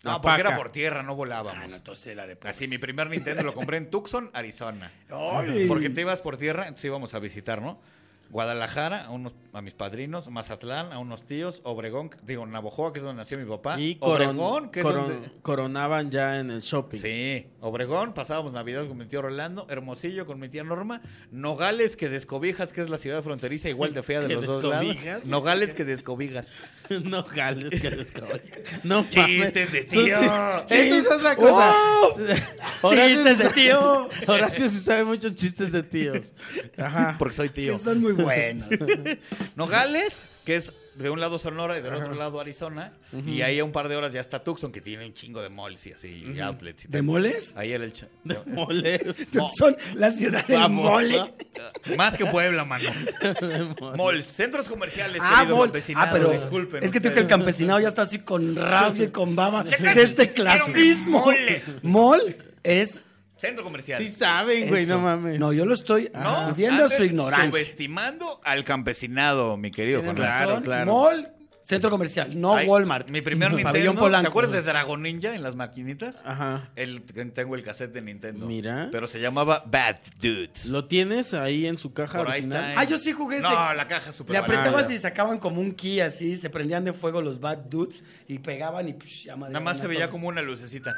S5: No,
S3: La
S5: porque
S3: paca.
S5: era por tierra, no volábamos.
S4: Ah, entonces la de
S5: Así, mi primer Nintendo lo compré en Tucson, Arizona.
S4: Ay.
S5: Porque te ibas por tierra, entonces íbamos a visitar, ¿no? Guadalajara, a, unos, a mis padrinos, Mazatlán, a unos tíos, Obregón, digo, Navajoa, que es donde nació mi papá.
S3: Y coron-
S5: Obregón, que es
S3: coron-
S5: donde...
S3: coronaban ya en el shopping.
S5: Sí, Obregón, pasábamos Navidad con mi tío Rolando, Hermosillo con mi tía Norma, Nogales que descobijas, que es la ciudad fronteriza igual de fea de
S3: ¿Que
S5: los dos
S3: descobijas?
S5: lados. Nogales que descobijas.
S3: no jales que les cago. No mames.
S5: Chistes de
S3: Son-
S5: tío.
S3: Eso es otra cosa.
S4: Chistes de tío.
S3: Horacio sí sabe muchos chistes de tíos.
S4: Ah.
S3: Ajá.
S5: Porque soy tío.
S4: Que son muy buenos.
S5: Nogales, que es de un lado Sonora y del otro lado Arizona. Y ahí a un par de horas ya está Tucson, que tiene un chingo de malls y así, y outlets. y
S4: ¿De
S5: tal.
S4: moles?
S5: Ahí era el... ch-
S3: Moles.
S5: Mo-
S4: Son la ciudad del
S3: Vamos,
S4: mole.
S3: ¿no?
S5: Más que Puebla, mano. Malls, centros comerciales,
S4: Ah,
S5: querido
S4: mol.
S5: campesinado,
S4: Ah, pero
S5: disculpen.
S4: es que creo que el campesinado ya está así con rabia y con baba de este clasismo.
S5: Mole.
S4: Mol es
S5: Centro comercial. Ah.
S3: Sí saben, güey,
S4: eso.
S3: no mames.
S4: No, yo lo estoy
S5: ¿No?
S4: acudiendo a su
S5: Andes
S4: ignorancia.
S5: Subestimando al campesinado, mi querido
S4: Tienes
S5: Jonás.
S4: razón. Mall, centro comercial, no
S5: Ay,
S4: Walmart.
S5: Mi primer
S4: Pabellón
S5: Nintendo. ¿Te
S4: Polanco.
S5: acuerdas de Dragon Ninja en las maquinitas?
S3: Ajá.
S5: El, tengo el cassette de Nintendo.
S3: Mira.
S5: Pero se llamaba Bad Dudes.
S3: ¿Lo tienes ahí en su caja
S5: Por ahí
S3: original? Ah,
S5: está.
S4: Ah, yo sí jugué ese.
S5: No, la caja es súper
S4: Le apretabas
S3: barata.
S4: y sacaban como un key así, se prendían de fuego los bad dudes y pegaban y psh, ya
S5: Nada más se veía como una lucecita.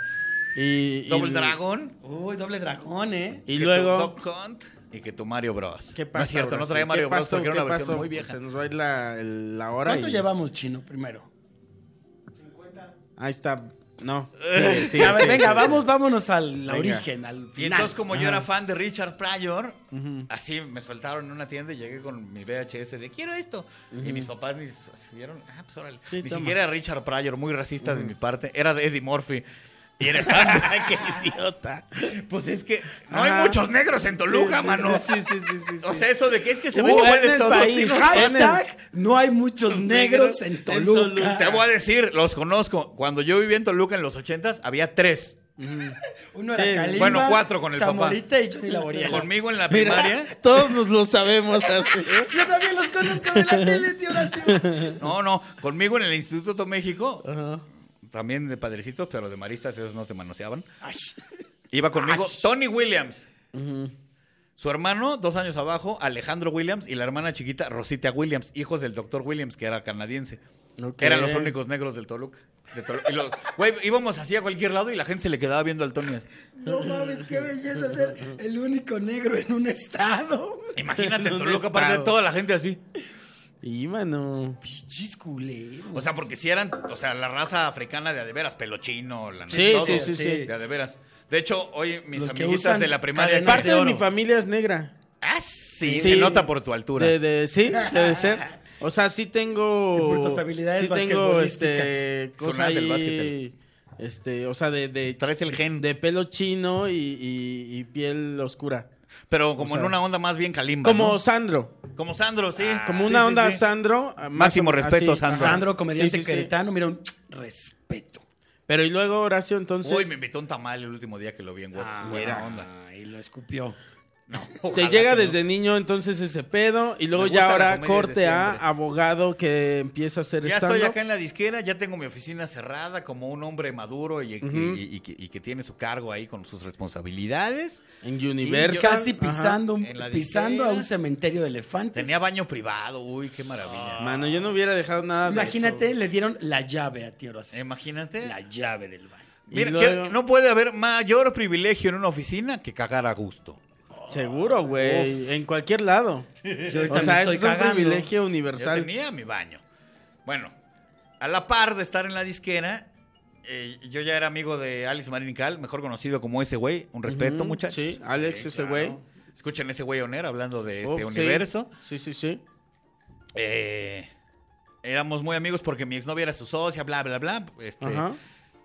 S3: Y, y-
S5: eh. Double Dragon.
S4: Uy, doble dragón, ¿eh?
S3: Y
S5: que
S3: luego-
S5: tu Duck Hunt y que tu Mario Bros.
S3: ¿Qué
S5: No
S3: pasa,
S5: es cierto, no
S3: Horacio?
S5: traía Mario
S3: ¿Qué
S5: Bros.
S3: pasó?
S5: porque era una
S3: ¿Qué
S5: versión
S3: pasó?
S5: muy vieja.
S3: Se nos va a ir la, el- la hora.
S4: ¿Cuánto
S3: y-
S4: llevamos, Chino, primero?
S3: Ahí está. No. Sigue, sigue,
S4: A ver,
S3: sigue,
S4: venga,
S3: sigue.
S4: vamos, vámonos al la
S3: Venga.
S4: origen, al
S5: Y
S4: final.
S5: entonces, como yo
S3: Ah.
S5: era fan de Richard Pryor, así me soltaron en una tienda y llegué con mi VHS de quiero esto. Y mis papás ni s- así vieron, ah, pues órale.
S3: Sí,
S5: ni
S3: toma.
S5: siquiera era Richard Pryor, muy racista de mi parte. Era de Eddie Murphy. Y era stand ¡Qué idiota! Pues es que no
S3: Ajá.
S5: hay muchos negros en Toluca,
S3: Sí, sí,
S5: mano.
S3: Sí, sí, sí, sí, sí.
S5: O sea, eso de que es que se
S3: Uh,
S5: ven igual
S3: en el
S5: de todos.
S3: país.
S5: sí, no,
S4: Hashtag, no hay muchos negros
S3: negros
S4: en
S3: en
S4: Toluca.
S3: Toluca.
S5: Te voy a decir, los conozco. Cuando yo vivía en Toluca en los ochentas, había tres.
S4: Uno
S3: Sí.
S4: era Kalimba,
S5: Bueno, cuatro con el papá.
S4: Zamorita y Johnny Laboriel.
S5: Conmigo en la
S3: Mira,
S5: primaria.
S3: todos nos lo sabemos así. ¿eh?
S4: Yo también los conozco de la tele, tío Horacio.
S5: No, no, conmigo en el Instituto México, también de padrecitos, pero de maristas, esos no te manoseaban. Iba conmigo Tony Williams. Su hermano, dos años abajo, Alejandro Williams, y la hermana chiquita, Rosita Williams, hijos del doctor Williams, que era canadiense.
S3: Ok.
S5: Que eran los únicos negros del Toluca. De Tolu- y los- güey, íbamos así a cualquier lado y la gente se le quedaba viendo al Tony. así.
S4: No mames, qué belleza ser el único negro en un estado.
S5: Imagínate, en
S3: Un
S5: Toluca, aparte de
S3: estado.
S5: toda la gente así.
S3: Y mano.
S4: Pichis culero.
S5: O sea, porque si eran, o sea, la raza africana de a de veras, pelochino, la neta,
S3: Sí,
S5: todo.
S3: sí, sí, sí.
S5: De a de veras. De hecho, hoy mis
S4: Los que usan
S5: amiguitas de la primaria.
S4: cadenas
S3: Parte de,
S4: oro.
S3: mi familia es negra.
S5: Ah, sí,
S3: Sí.
S5: se nota por tu altura.
S3: De, de- sí, debe ser. O sea, sí tengo.
S4: Y por tus habilidades
S3: Sí tengo
S4: basquetbolísticas.
S3: este. Cosa
S5: Sonadas del
S3: ahí, Este, o sea, de, de.
S5: Traes el gen.
S3: De pelo chino y, y- y piel oscura.
S5: pero como
S3: o sea,
S5: en una onda más bien calimba.
S3: Como
S5: ¿no?
S3: Sandro.
S5: Como Sandro, sí.
S3: Como
S5: Ah, Sí,
S3: una
S5: sí,
S3: onda
S5: sí.
S3: Sandro. ah, más
S5: Máximo
S3: o-
S5: respeto,
S3: así,
S5: Sandro.
S3: ajá.
S4: Sandro, comediante
S3: Sí, sí, sí.
S4: queretano, mira, un respeto.
S3: Pero y luego Horacio, entonces.
S5: Uy, me invitó un tamal el último día que lo vi en Guadalajara.
S4: Ah,
S5: Buena onda.
S4: Y lo escupió.
S5: No,
S3: Te
S5: ojalá
S3: llega
S5: que no.
S3: desde niño entonces ese pedo y luego
S5: Me
S3: ya
S5: gusta la
S3: ahora
S5: comedia desde
S3: corte a
S5: siempre.
S3: abogado que empieza a hacer
S5: Ya
S3: stand
S5: estoy acá en la disquera, ya tengo mi oficina cerrada como un hombre maduro y, y- y- y que- y que tiene su cargo ahí con sus responsabilidades.
S3: en, Universal.
S4: Casi
S3: Ajá.
S4: pisando, un-
S5: en la
S4: pisando a
S5: disquera.
S4: un cementerio de elefantes.
S5: Tenía baño privado, uy, qué maravilla.
S3: Mano, yo no hubiera dejado nada
S4: Imagínate,
S3: de
S4: le dieron la llave a Tío Horacio.
S5: Imagínate.
S4: La llave del baño.
S3: Y
S5: Mira,
S3: luego-
S5: que no puede haber mayor privilegio en una oficina que cagar a gusto.
S3: eso. Seguro, güey. En cualquier lado.
S4: Yo ahorita
S3: O sea,
S4: me
S3: eso
S4: estoy
S3: es un
S4: cagando.
S3: privilegio
S5: Yo
S3: universal.
S5: tenía mi baño. Bueno, a la par de estar en la disquera, eh, yo ya era amigo de Alex Marín Cal, mejor conocido como ese güey. Un respeto,
S3: Ujú,
S5: muchachos.
S3: sí, Alex, ese güey.
S5: Escuchen ese güey Oner hablando de este
S3: Uf, sí.
S5: universo.
S3: Sí, sí, sí.
S5: Eh, éramos muy amigos porque mi exnovia era su socia, bla, bla, bla. Este,
S3: Ajá.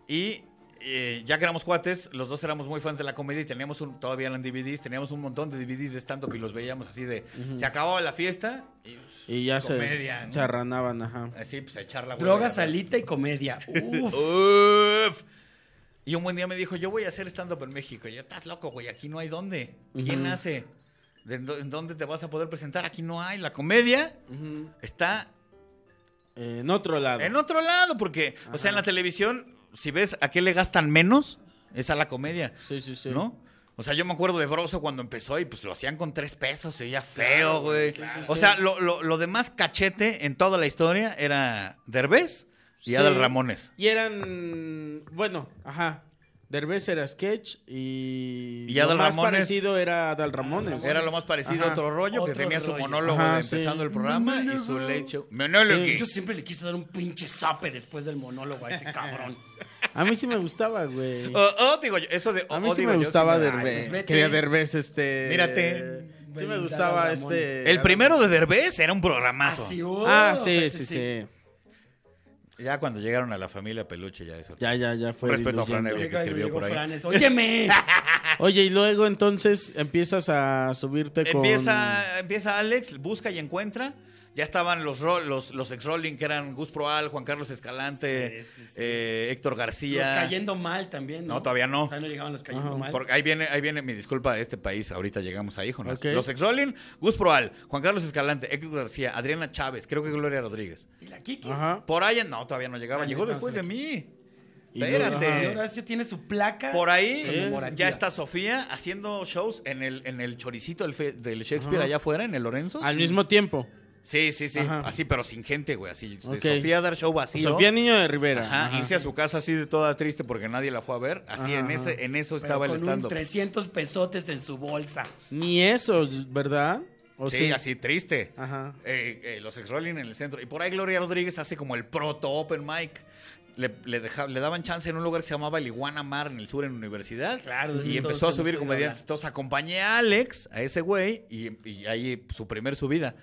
S5: Y eh, ya que éramos cuates, los dos éramos muy fans de la comedia y teníamos un, todavía eran DVDs, teníamos un montón de DVDs de stand-up y los veíamos así de. Se acababa la fiesta y.
S3: Y ya
S5: Comedia,
S3: se
S5: ¿no?
S3: charranaban, ajá.
S5: Así, pues a echar la hueva.
S4: Droga, salita y comedia. Uf.
S5: Uf. Y un buen día me dijo, yo voy a hacer stand-up en México. Y yo, estás loco, güey, aquí no hay dónde. ¿Quién hace? ¿De dó- ¿En dónde te vas a poder presentar? Aquí no hay. La comedia
S3: Ujú.
S5: está
S3: Eh, En otro lado.
S5: En otro lado, porque, o sea, en la televisión, si ves a qué le gastan menos, es a la comedia,
S3: Sí, sí, sí.
S5: ¿no? O sea, yo me acuerdo de Broso cuando empezó y pues lo hacían con tres pesos, se veía feo, güey. o sea, lo, lo, lo de más cachete en toda la historia era Derbez y
S3: Sí.
S5: Adal Ramones.
S3: Y eran. Bueno, ajá. Derbez era sketch y.
S5: Y
S3: lo
S5: Adal
S3: más
S5: Ramones.
S3: parecido era Adal Ramones.
S5: Era lo más parecido
S3: Ajá.
S5: a otro rollo que
S4: Otro
S5: tenía su
S4: rollo.
S5: monólogo
S3: Ajá,
S5: de
S3: sí.
S5: empezando el programa y su lecho.
S4: Yo siempre le quise dar un pinche zape después del monólogo a ese cabrón.
S3: A mí sí me gustaba, güey.
S5: Oh, oh, digo yo, eso de.
S3: A mí
S5: oh,
S3: sí
S5: digo
S3: me
S5: yo,
S3: gustaba
S5: sí me-
S3: Derbez.
S4: pues vete.
S3: Quería Derbez, este.
S5: Mírate.
S3: Sí me
S4: Ven,
S3: gustaba
S4: Adal Ramones.
S3: este.
S5: El primero de Derbez era un programazo.
S4: Así, oh,
S3: Ah, sí,
S4: ese
S3: sí, sí.
S5: Ya cuando llegaron a la familia Peluche, ya eso.
S3: Ya, ya, ya fue.
S5: Respeto a Fran
S3: diluyendo.
S5: Evia.
S4: Llega y
S5: escribió
S4: luego
S5: por ahí.
S4: Fran es, Óyeme.
S3: Oye, y luego entonces empiezas a subirte con.
S5: Empieza, empieza Alex, busca y encuentra. Ya estaban los ro- los, los ex rolling que eran Gus Proal, Juan Carlos Escalante,
S4: Sí, sí, sí.
S5: eh, Héctor
S4: Los
S5: García.
S4: cayendo mal también. No,
S5: No, todavía no.
S4: Todavía no llegaban los cayendo mal.
S5: Porque ahí viene, ahí viene mi disculpa de este país. Ahorita llegamos ahí, Jonas.
S3: Ok.
S5: Los ex rolling, Gus Proal, Juan Carlos Escalante, Héctor García, Adriana Chávez, creo que Gloria Rodríguez.
S4: Y la Kikis.
S3: Ajá.
S5: Por ahí, no, todavía no llegaba.
S4: Ah, no,
S5: Llegó
S4: estamos
S5: después de
S4: aquí.
S5: mí.
S3: Y luego,
S5: Espérate.
S3: ajá.
S4: Y Horacio tiene su placa.
S5: Por ahí
S4: conmemorativa.
S5: ya está Sofía haciendo shows en el, en el choricito del, fe- del Shakespeare allá afuera, en el Lorenzo.
S3: Al
S5: Sí.
S3: mismo tiempo.
S5: Sí, sí, sí.
S3: Ajá.
S5: Así, pero sin gente, güey. Así.
S3: Ok.
S5: Sofía dar show vacío.
S3: Sofía Niño de Rivera.
S5: Ajá,
S3: Ajá.
S5: irse a su casa así de toda triste porque nadie la fue a ver. Así
S3: Ajá,
S5: en
S3: ajá.
S5: ese, en eso
S4: Pero
S5: estaba el
S4: con un
S5: stand-up.
S4: 300 pesotes en su bolsa.
S3: Ni eso, ¿verdad? ¿O
S5: Sí, así triste.
S3: Ajá.
S5: Eh, eh, los ex Rolling en el centro. Y por ahí Gloria Rodríguez hace como el proto open mic. Le, le deja- le daban chance en un lugar que se llamaba el Iguana Mar en el sur en universidad.
S4: Claro,
S5: Y
S4: sí, todos
S5: empezó a
S4: hemos
S5: subir
S4: oído
S5: comediantes.
S4: hablar.
S5: Entonces acompañé a Alex, a ese güey, y, y ahí su primer subida.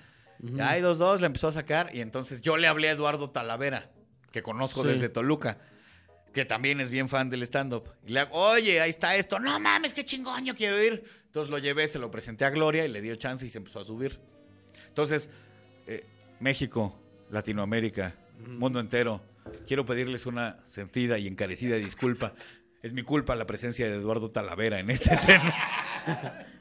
S5: Ahí dos, dos, la empezó a sacar. Y entonces yo le hablé a Eduardo Talavera, que conozco
S3: Sí.
S5: desde Toluca, que también es bien fan del stand-up. Y le hago, oye, ahí está esto. No mames, qué chingón, yo quiero ir. Entonces lo llevé, se lo presenté a Gloria y le dio chance y se empezó a subir. Entonces, eh, México, Latinoamérica, mundo entero, quiero pedirles una sentida y encarecida disculpa. Es mi culpa la presencia de Eduardo Talavera en este esta escena.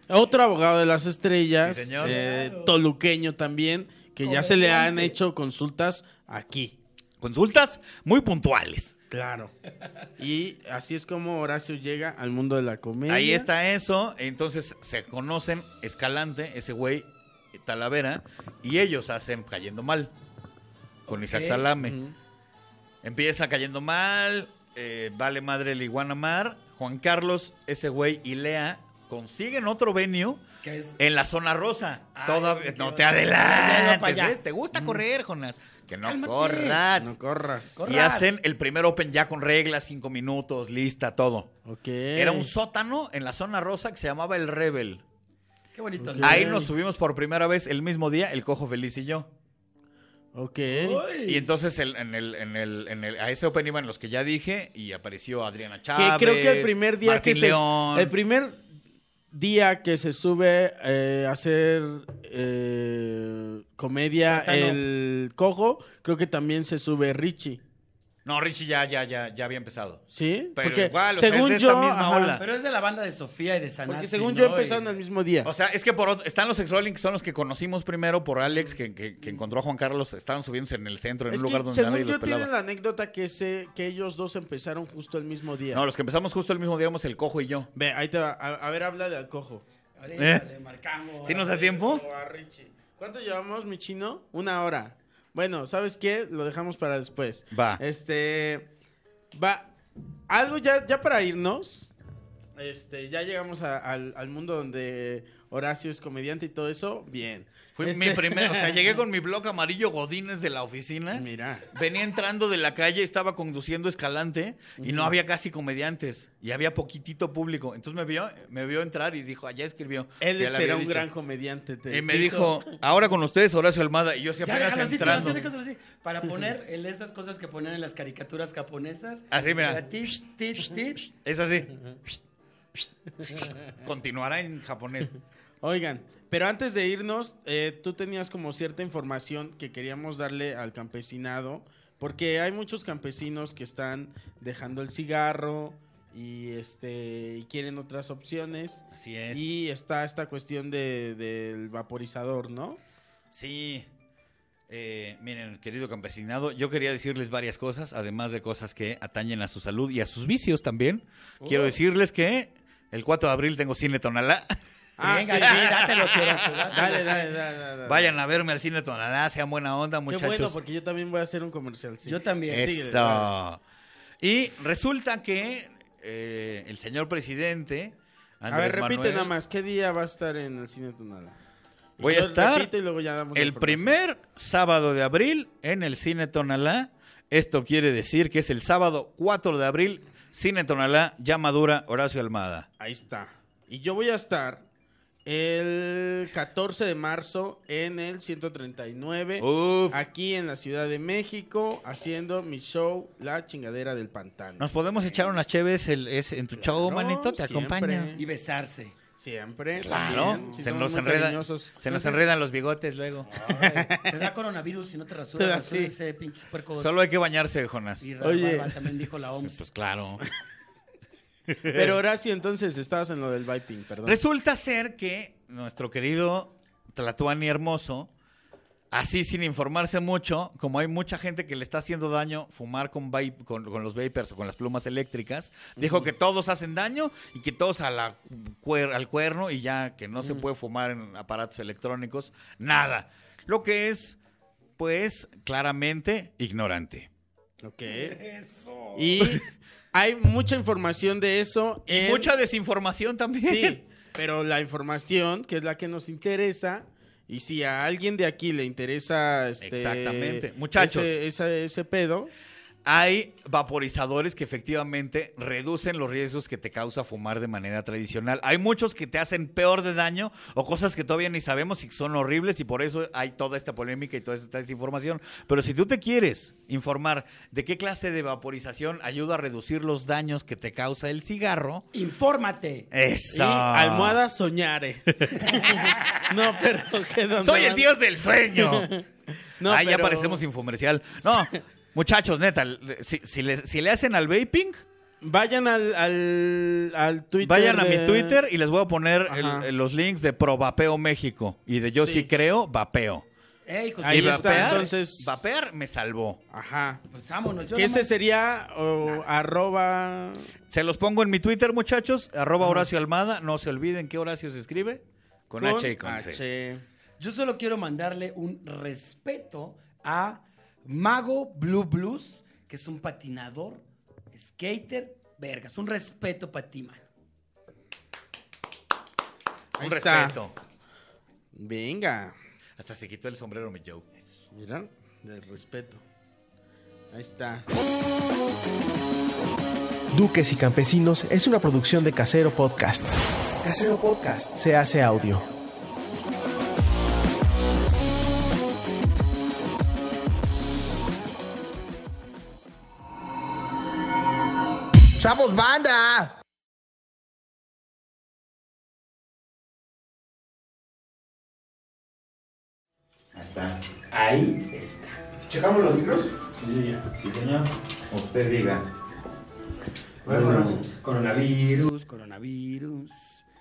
S3: Otro abogado de las estrellas,
S5: Sí, señor.
S3: eh, toluqueño también, que ya se le han hecho consultas aquí.
S5: Consultas muy puntuales.
S3: Claro. Y así es como Horacio llega al mundo de la comedia.
S5: Ahí está eso. Entonces se conocen Escalante, ese güey eh, Talavera, y ellos hacen Cayendo Mal con Isaac Salame. Empieza Cayendo Mal, eh, Vale Madre el Iguanamar, Juan Carlos, ese güey y Lea consiguen otro venio
S4: Que es
S5: en la zona rosa.
S4: Ay,
S5: Todavía
S4: sí,
S5: no
S4: que-
S5: te
S4: Ya, ya, pa'
S5: adelantes,
S4: allá.
S5: ¿ves? Te gusta correr, Jonas. Que no
S4: Cálmate.
S5: corras.
S3: No corras.
S5: y hacen el primer open ya con reglas, cinco minutos, lista, todo.
S3: Ok.
S5: Era un sótano en la zona rosa que se llamaba el Rebel.
S4: Qué bonito.
S3: Ok.
S4: ¿no?
S5: Ahí nos subimos por primera vez el mismo día, el Cojo Feliz y yo.
S3: Ok.
S4: Uy.
S5: Y entonces el- en el, en el- en el- a ese open iban los que ya dije y apareció Adriana
S3: Que
S5: Chávez.
S3: creo que el primer día
S5: Martín
S3: que se
S5: León.
S3: el primer día que se sube eh, a hacer eh, comedia
S4: Sótano.
S3: el cojo, creo que también se sube Richie.
S5: No, Richie ya, ya, ya, ya había empezado.
S3: ¿Sí?
S5: Pero
S3: Porque
S5: igual, o sea,
S3: según
S5: es de
S3: yo.
S5: esta misma
S3: ajá,
S5: ola.
S4: Pero es de la banda de Sofía y de Sanasi.
S3: Porque según
S4: ¿no?
S3: yo empezaron
S4: Y-
S3: al mismo día.
S5: O sea, es que por otro- están los ex que son los que conocimos primero por Alex, que, que- que encontró a Juan Carlos, estaban subiéndose en el centro, en
S3: Es
S5: un
S3: que,
S5: lugar donde
S3: según
S5: nadie los
S3: yo
S5: pelaba.
S3: tiene la anécdota que se, que ellos dos empezaron justo el mismo día.
S5: No, los que empezamos justo el mismo día éramos el cojo y yo.
S3: Ve, ahí te va. A, a ver, habla de Alcojo.
S4: Ahorita
S5: ¿Eh?
S4: le marcamos.
S5: ¿Sí nos da tiempo?
S3: O a Richie. ¿Cuánto llevamos, mi chino? Una hora. Bueno, ¿sabes qué? Lo dejamos para después.
S5: Va.
S3: Este. Va. Algo ya, ya para irnos. Este, ya llegamos a- al, al mundo donde Horacio es comediante y todo eso. Bien.
S5: Fui
S3: Este-
S5: mi primer, o sea, llegué con mi blog amarillo Godines de la oficina.
S3: Mira.
S5: Venía entrando de la calle, estaba conduciendo Escalante y no había casi comediantes y había poquitito público. Entonces me vio, me vio entrar y dijo, allá escribió. Ya
S3: Él
S5: le
S3: será
S5: había
S3: un
S5: dicho.
S3: gran comediante. te
S5: Y me dijo, ahora con ustedes Horacio Almada. Y yo sí
S4: Ya
S5: apenas
S4: déjalo así, tú
S5: entrando.
S4: así, déjalo así. Para poner el- esas cosas que ponían en las caricaturas japonesas.
S3: Ah,
S5: Así, mira.
S4: Era Tich, tich, tich.
S5: Es así. Continuará en japonés.
S3: Oigan, pero antes de irnos, eh, tú tenías como cierta información que queríamos darle al campesinado, porque hay muchos campesinos que están dejando el cigarro y este y quieren otras opciones.
S5: Así es.
S3: Y está esta cuestión de- del vaporizador, ¿no?
S5: Sí. Eh, miren, querido campesinado, yo quería decirles varias cosas, además de cosas que atañen a su salud y a sus vicios también.
S3: Oh.
S5: Quiero decirles que el 4 de abril tengo cine Tonalá.
S3: Ah.
S4: Venga, sí, dátelo, Chorocho, dátelo.
S3: Dale, dale, dale, dale.
S5: Vayan a verme al cine Tonalá, sean buena onda,
S3: Qué
S5: muchachos.
S3: bueno, porque yo también voy a hacer un comercial. sí.
S4: Yo también.
S3: Es-
S4: Sí.
S3: Sigue,
S5: Eso. Y resulta que eh, el señor presidente.
S3: A ver,
S5: Andrés
S3: repite
S5: Manuel,
S3: nada más, ¿qué día va a estar en el cine Tonala?
S5: Voy a
S3: Yo
S5: estar
S3: repito y luego ya damos la
S5: El
S3: información.
S5: primer sábado de abril en el Cine Tonalá. Esto quiere decir que es el sábado 4 de abril, Cine Tonalá, Llama Dura, Horacio Almada.
S3: Ahí está. Y yo voy a estar el 14 de marzo en el 139,
S5: Uf.
S3: aquí en la Ciudad de México, haciendo mi show La Chingadera del Pantano.
S5: ¿Nos podemos echar unas cheves el- es- en tu show,
S3: Claro,
S5: manito? Te
S3: siempre.
S5: acompaña.
S4: Y besarse.
S3: Siempre.
S5: Claro,
S3: también. Sí,
S5: se,
S3: somos
S5: nos
S3: muy
S5: enredan, se
S3: cariñosos.
S5: nos
S3: Entonces,
S5: enredan los bigotes luego.
S4: Ay, te da coronavirus si no te rasuras.
S3: Te da,
S4: rasúrense,
S3: sí.
S4: pinches puercos.
S5: Solo hay que bañarse, Jonas.
S4: Y
S3: Oye.
S4: Oye. también dijo la OMS.
S5: Pues claro.
S3: Pero Horacio, entonces estabas en lo del Viping, perdón.
S5: Resulta ser que nuestro querido Tlatuani Hermoso, así sin informarse mucho, como hay mucha gente que le está haciendo daño fumar con, vai- con, con los vapers o con las plumas eléctricas, dijo que todos hacen daño y que todos a la cuer- al cuerno y ya que no se puede fumar en aparatos electrónicos, nada. Lo que es, pues, claramente ignorante.
S3: Ok. Y hay mucha información de eso. en-
S5: Mucha desinformación también.
S3: Sí, pero la información, que es la que nos interesa, y si a alguien de aquí le interesa este,
S5: Exactamente. Muchachos.
S3: Ese, esa- ese pedo,
S5: Hay vaporizadores que efectivamente reducen los riesgos que te causa fumar de manera tradicional. Hay muchos que te hacen peor de daño o cosas que todavía ni sabemos y que son horribles y por eso hay toda esta polémica y toda esta desinformación. Pero si tú te quieres informar de qué clase de vaporización ayuda a reducir los daños que te causa el cigarro,
S4: Infórmate.
S3: y
S5: eso.
S3: almohada soñare. no, pero ¿qué dónde
S5: Soy el
S3: van?
S5: dios del sueño.
S3: No,
S5: ah, ya
S3: pero-
S5: parecemos infomercial. No, muchachos, neta, si, si le, si le hacen al vaping,
S3: Vayan al, al, al Twitter.
S5: Vayan a
S3: de-
S5: mi Twitter y les voy a poner el-
S3: Ajá.
S5: el- los links de Pro Vapeo México y de Yo sí,
S3: Sí.
S5: creo, vapeo.
S4: Ey, con-
S3: Ahí
S5: y
S3: está,
S5: vapear,
S3: entonces-
S5: vapear me salvó.
S3: Ajá.
S4: Pues vámonos. Yo
S3: Que
S4: nomás-
S3: ese sería o, arroba...
S5: Se los pongo en mi Twitter, muchachos, arroba Horacio Almada. No se olviden que Horacio se escribe con, H y con C.
S3: H.
S4: Yo solo quiero mandarle un respeto a Mago Blue Blues, que es un patinador, skater, vergas. Un respeto para ti, man.
S3: Ahí
S5: Un
S3: está.
S5: respeto.
S3: Venga.
S5: Hasta se quitó el sombrero, mi Joe.
S3: Mira, del respeto. Ahí está.
S7: Duques y Campesinos es una producción de Casero Podcast. Casero Podcast se hace audio. ¡Chavos, banda!
S1: Ahí está. ¿Checamos los micros? Sí, señor. Sí, señor.
S8: Usted diga.
S4: Bueno, coronavirus, coronavirus.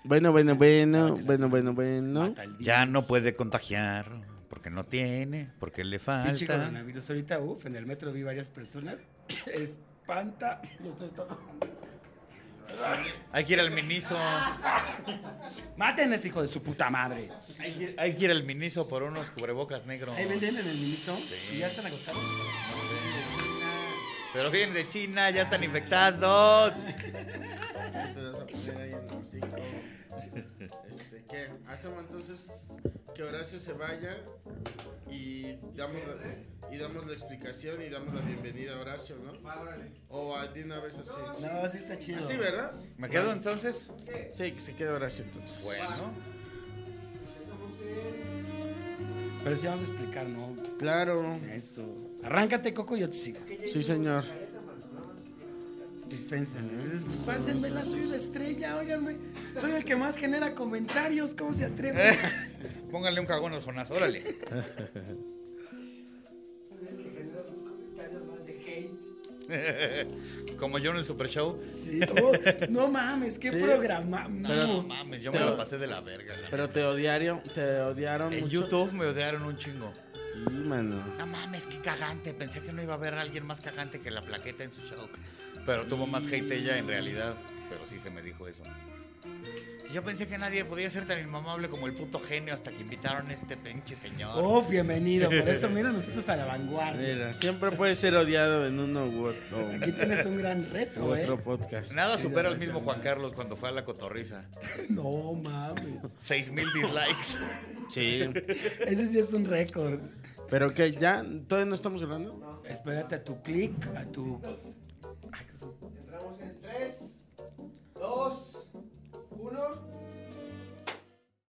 S3: Bueno, bueno, bueno, bueno, bueno, bueno.
S4: mata el virus.
S5: Ya no puede contagiar porque no tiene, porque le
S4: Pinche
S5: falta.
S4: coronavirus. Ahorita, uff, en el metro vi varias personas. Espanta. Yo estoy todo-
S5: Hay que ir al miniso.
S4: Maten a ese hijo de su puta madre.
S5: Hay que, hay que ir al miniso por unos cubrebocas negros.
S4: Ahí venden en el ministro. Y ya están agotados.
S5: Pero vienen de China, ya están infectados.
S3: Este, ¿qué? Hacemos entonces que Horacio se vaya y damos, la, y damos la explicación y damos la bienvenida a Horacio, ¿no? O a- de una vez así.
S4: No, sí está chido.
S3: ¿Así, verdad?
S5: ¿Me quedo entonces?
S3: Sí, que se quede Horacio entonces.
S5: Bueno.
S4: Pero sí vamos a explicar, ¿no?
S3: Claro.
S4: Esto. Arráncate, Coco, y yo te sigo.
S3: Sí, señor.
S4: Dispénsenme. Pásenmela, soy una estrella, óiganme. Soy el que más genera comentarios, ¿cómo se
S3: Eh.
S4: atreve?
S5: Póngale un cagón al Jonás, órale. Como yo en el Super Show.
S4: Sí, oh, no mames, qué
S3: Sí.
S4: programa.
S5: No mames, yo me
S3: Pero-
S5: la pasé de la verga. la
S3: Pero te odiaron, te odiaron
S5: En
S3: mucho.
S5: YouTube me odiaron un chingo.
S3: Y, mano.
S5: No mames, qué cagante. Pensé que no iba a haber alguien más cagante que la plaqueta en su show. Pero tuvo más hate ella en realidad. Pero sí se me dijo eso. Si yo pensé que nadie podía ser tan inmamable como el puto genio hasta que invitaron a este pinche señor.
S4: Oh, bienvenido. Por eso, mira, nosotros a la vanguardia.
S3: Mira, siempre puede ser odiado en uno u otro,
S4: Aquí tienes un gran
S3: u
S4: reto, ¿eh?
S3: otro podcast.
S5: Nada supera al mismo Juan Carlos cuando fue a la cotorriza.
S4: ¿eh? No mames.
S5: 6000 dislikes.
S3: Sí.
S4: Ese sí es un récord.
S3: Pero que ya, todavía no estamos hablando.
S4: Espérate a tu clic, a tu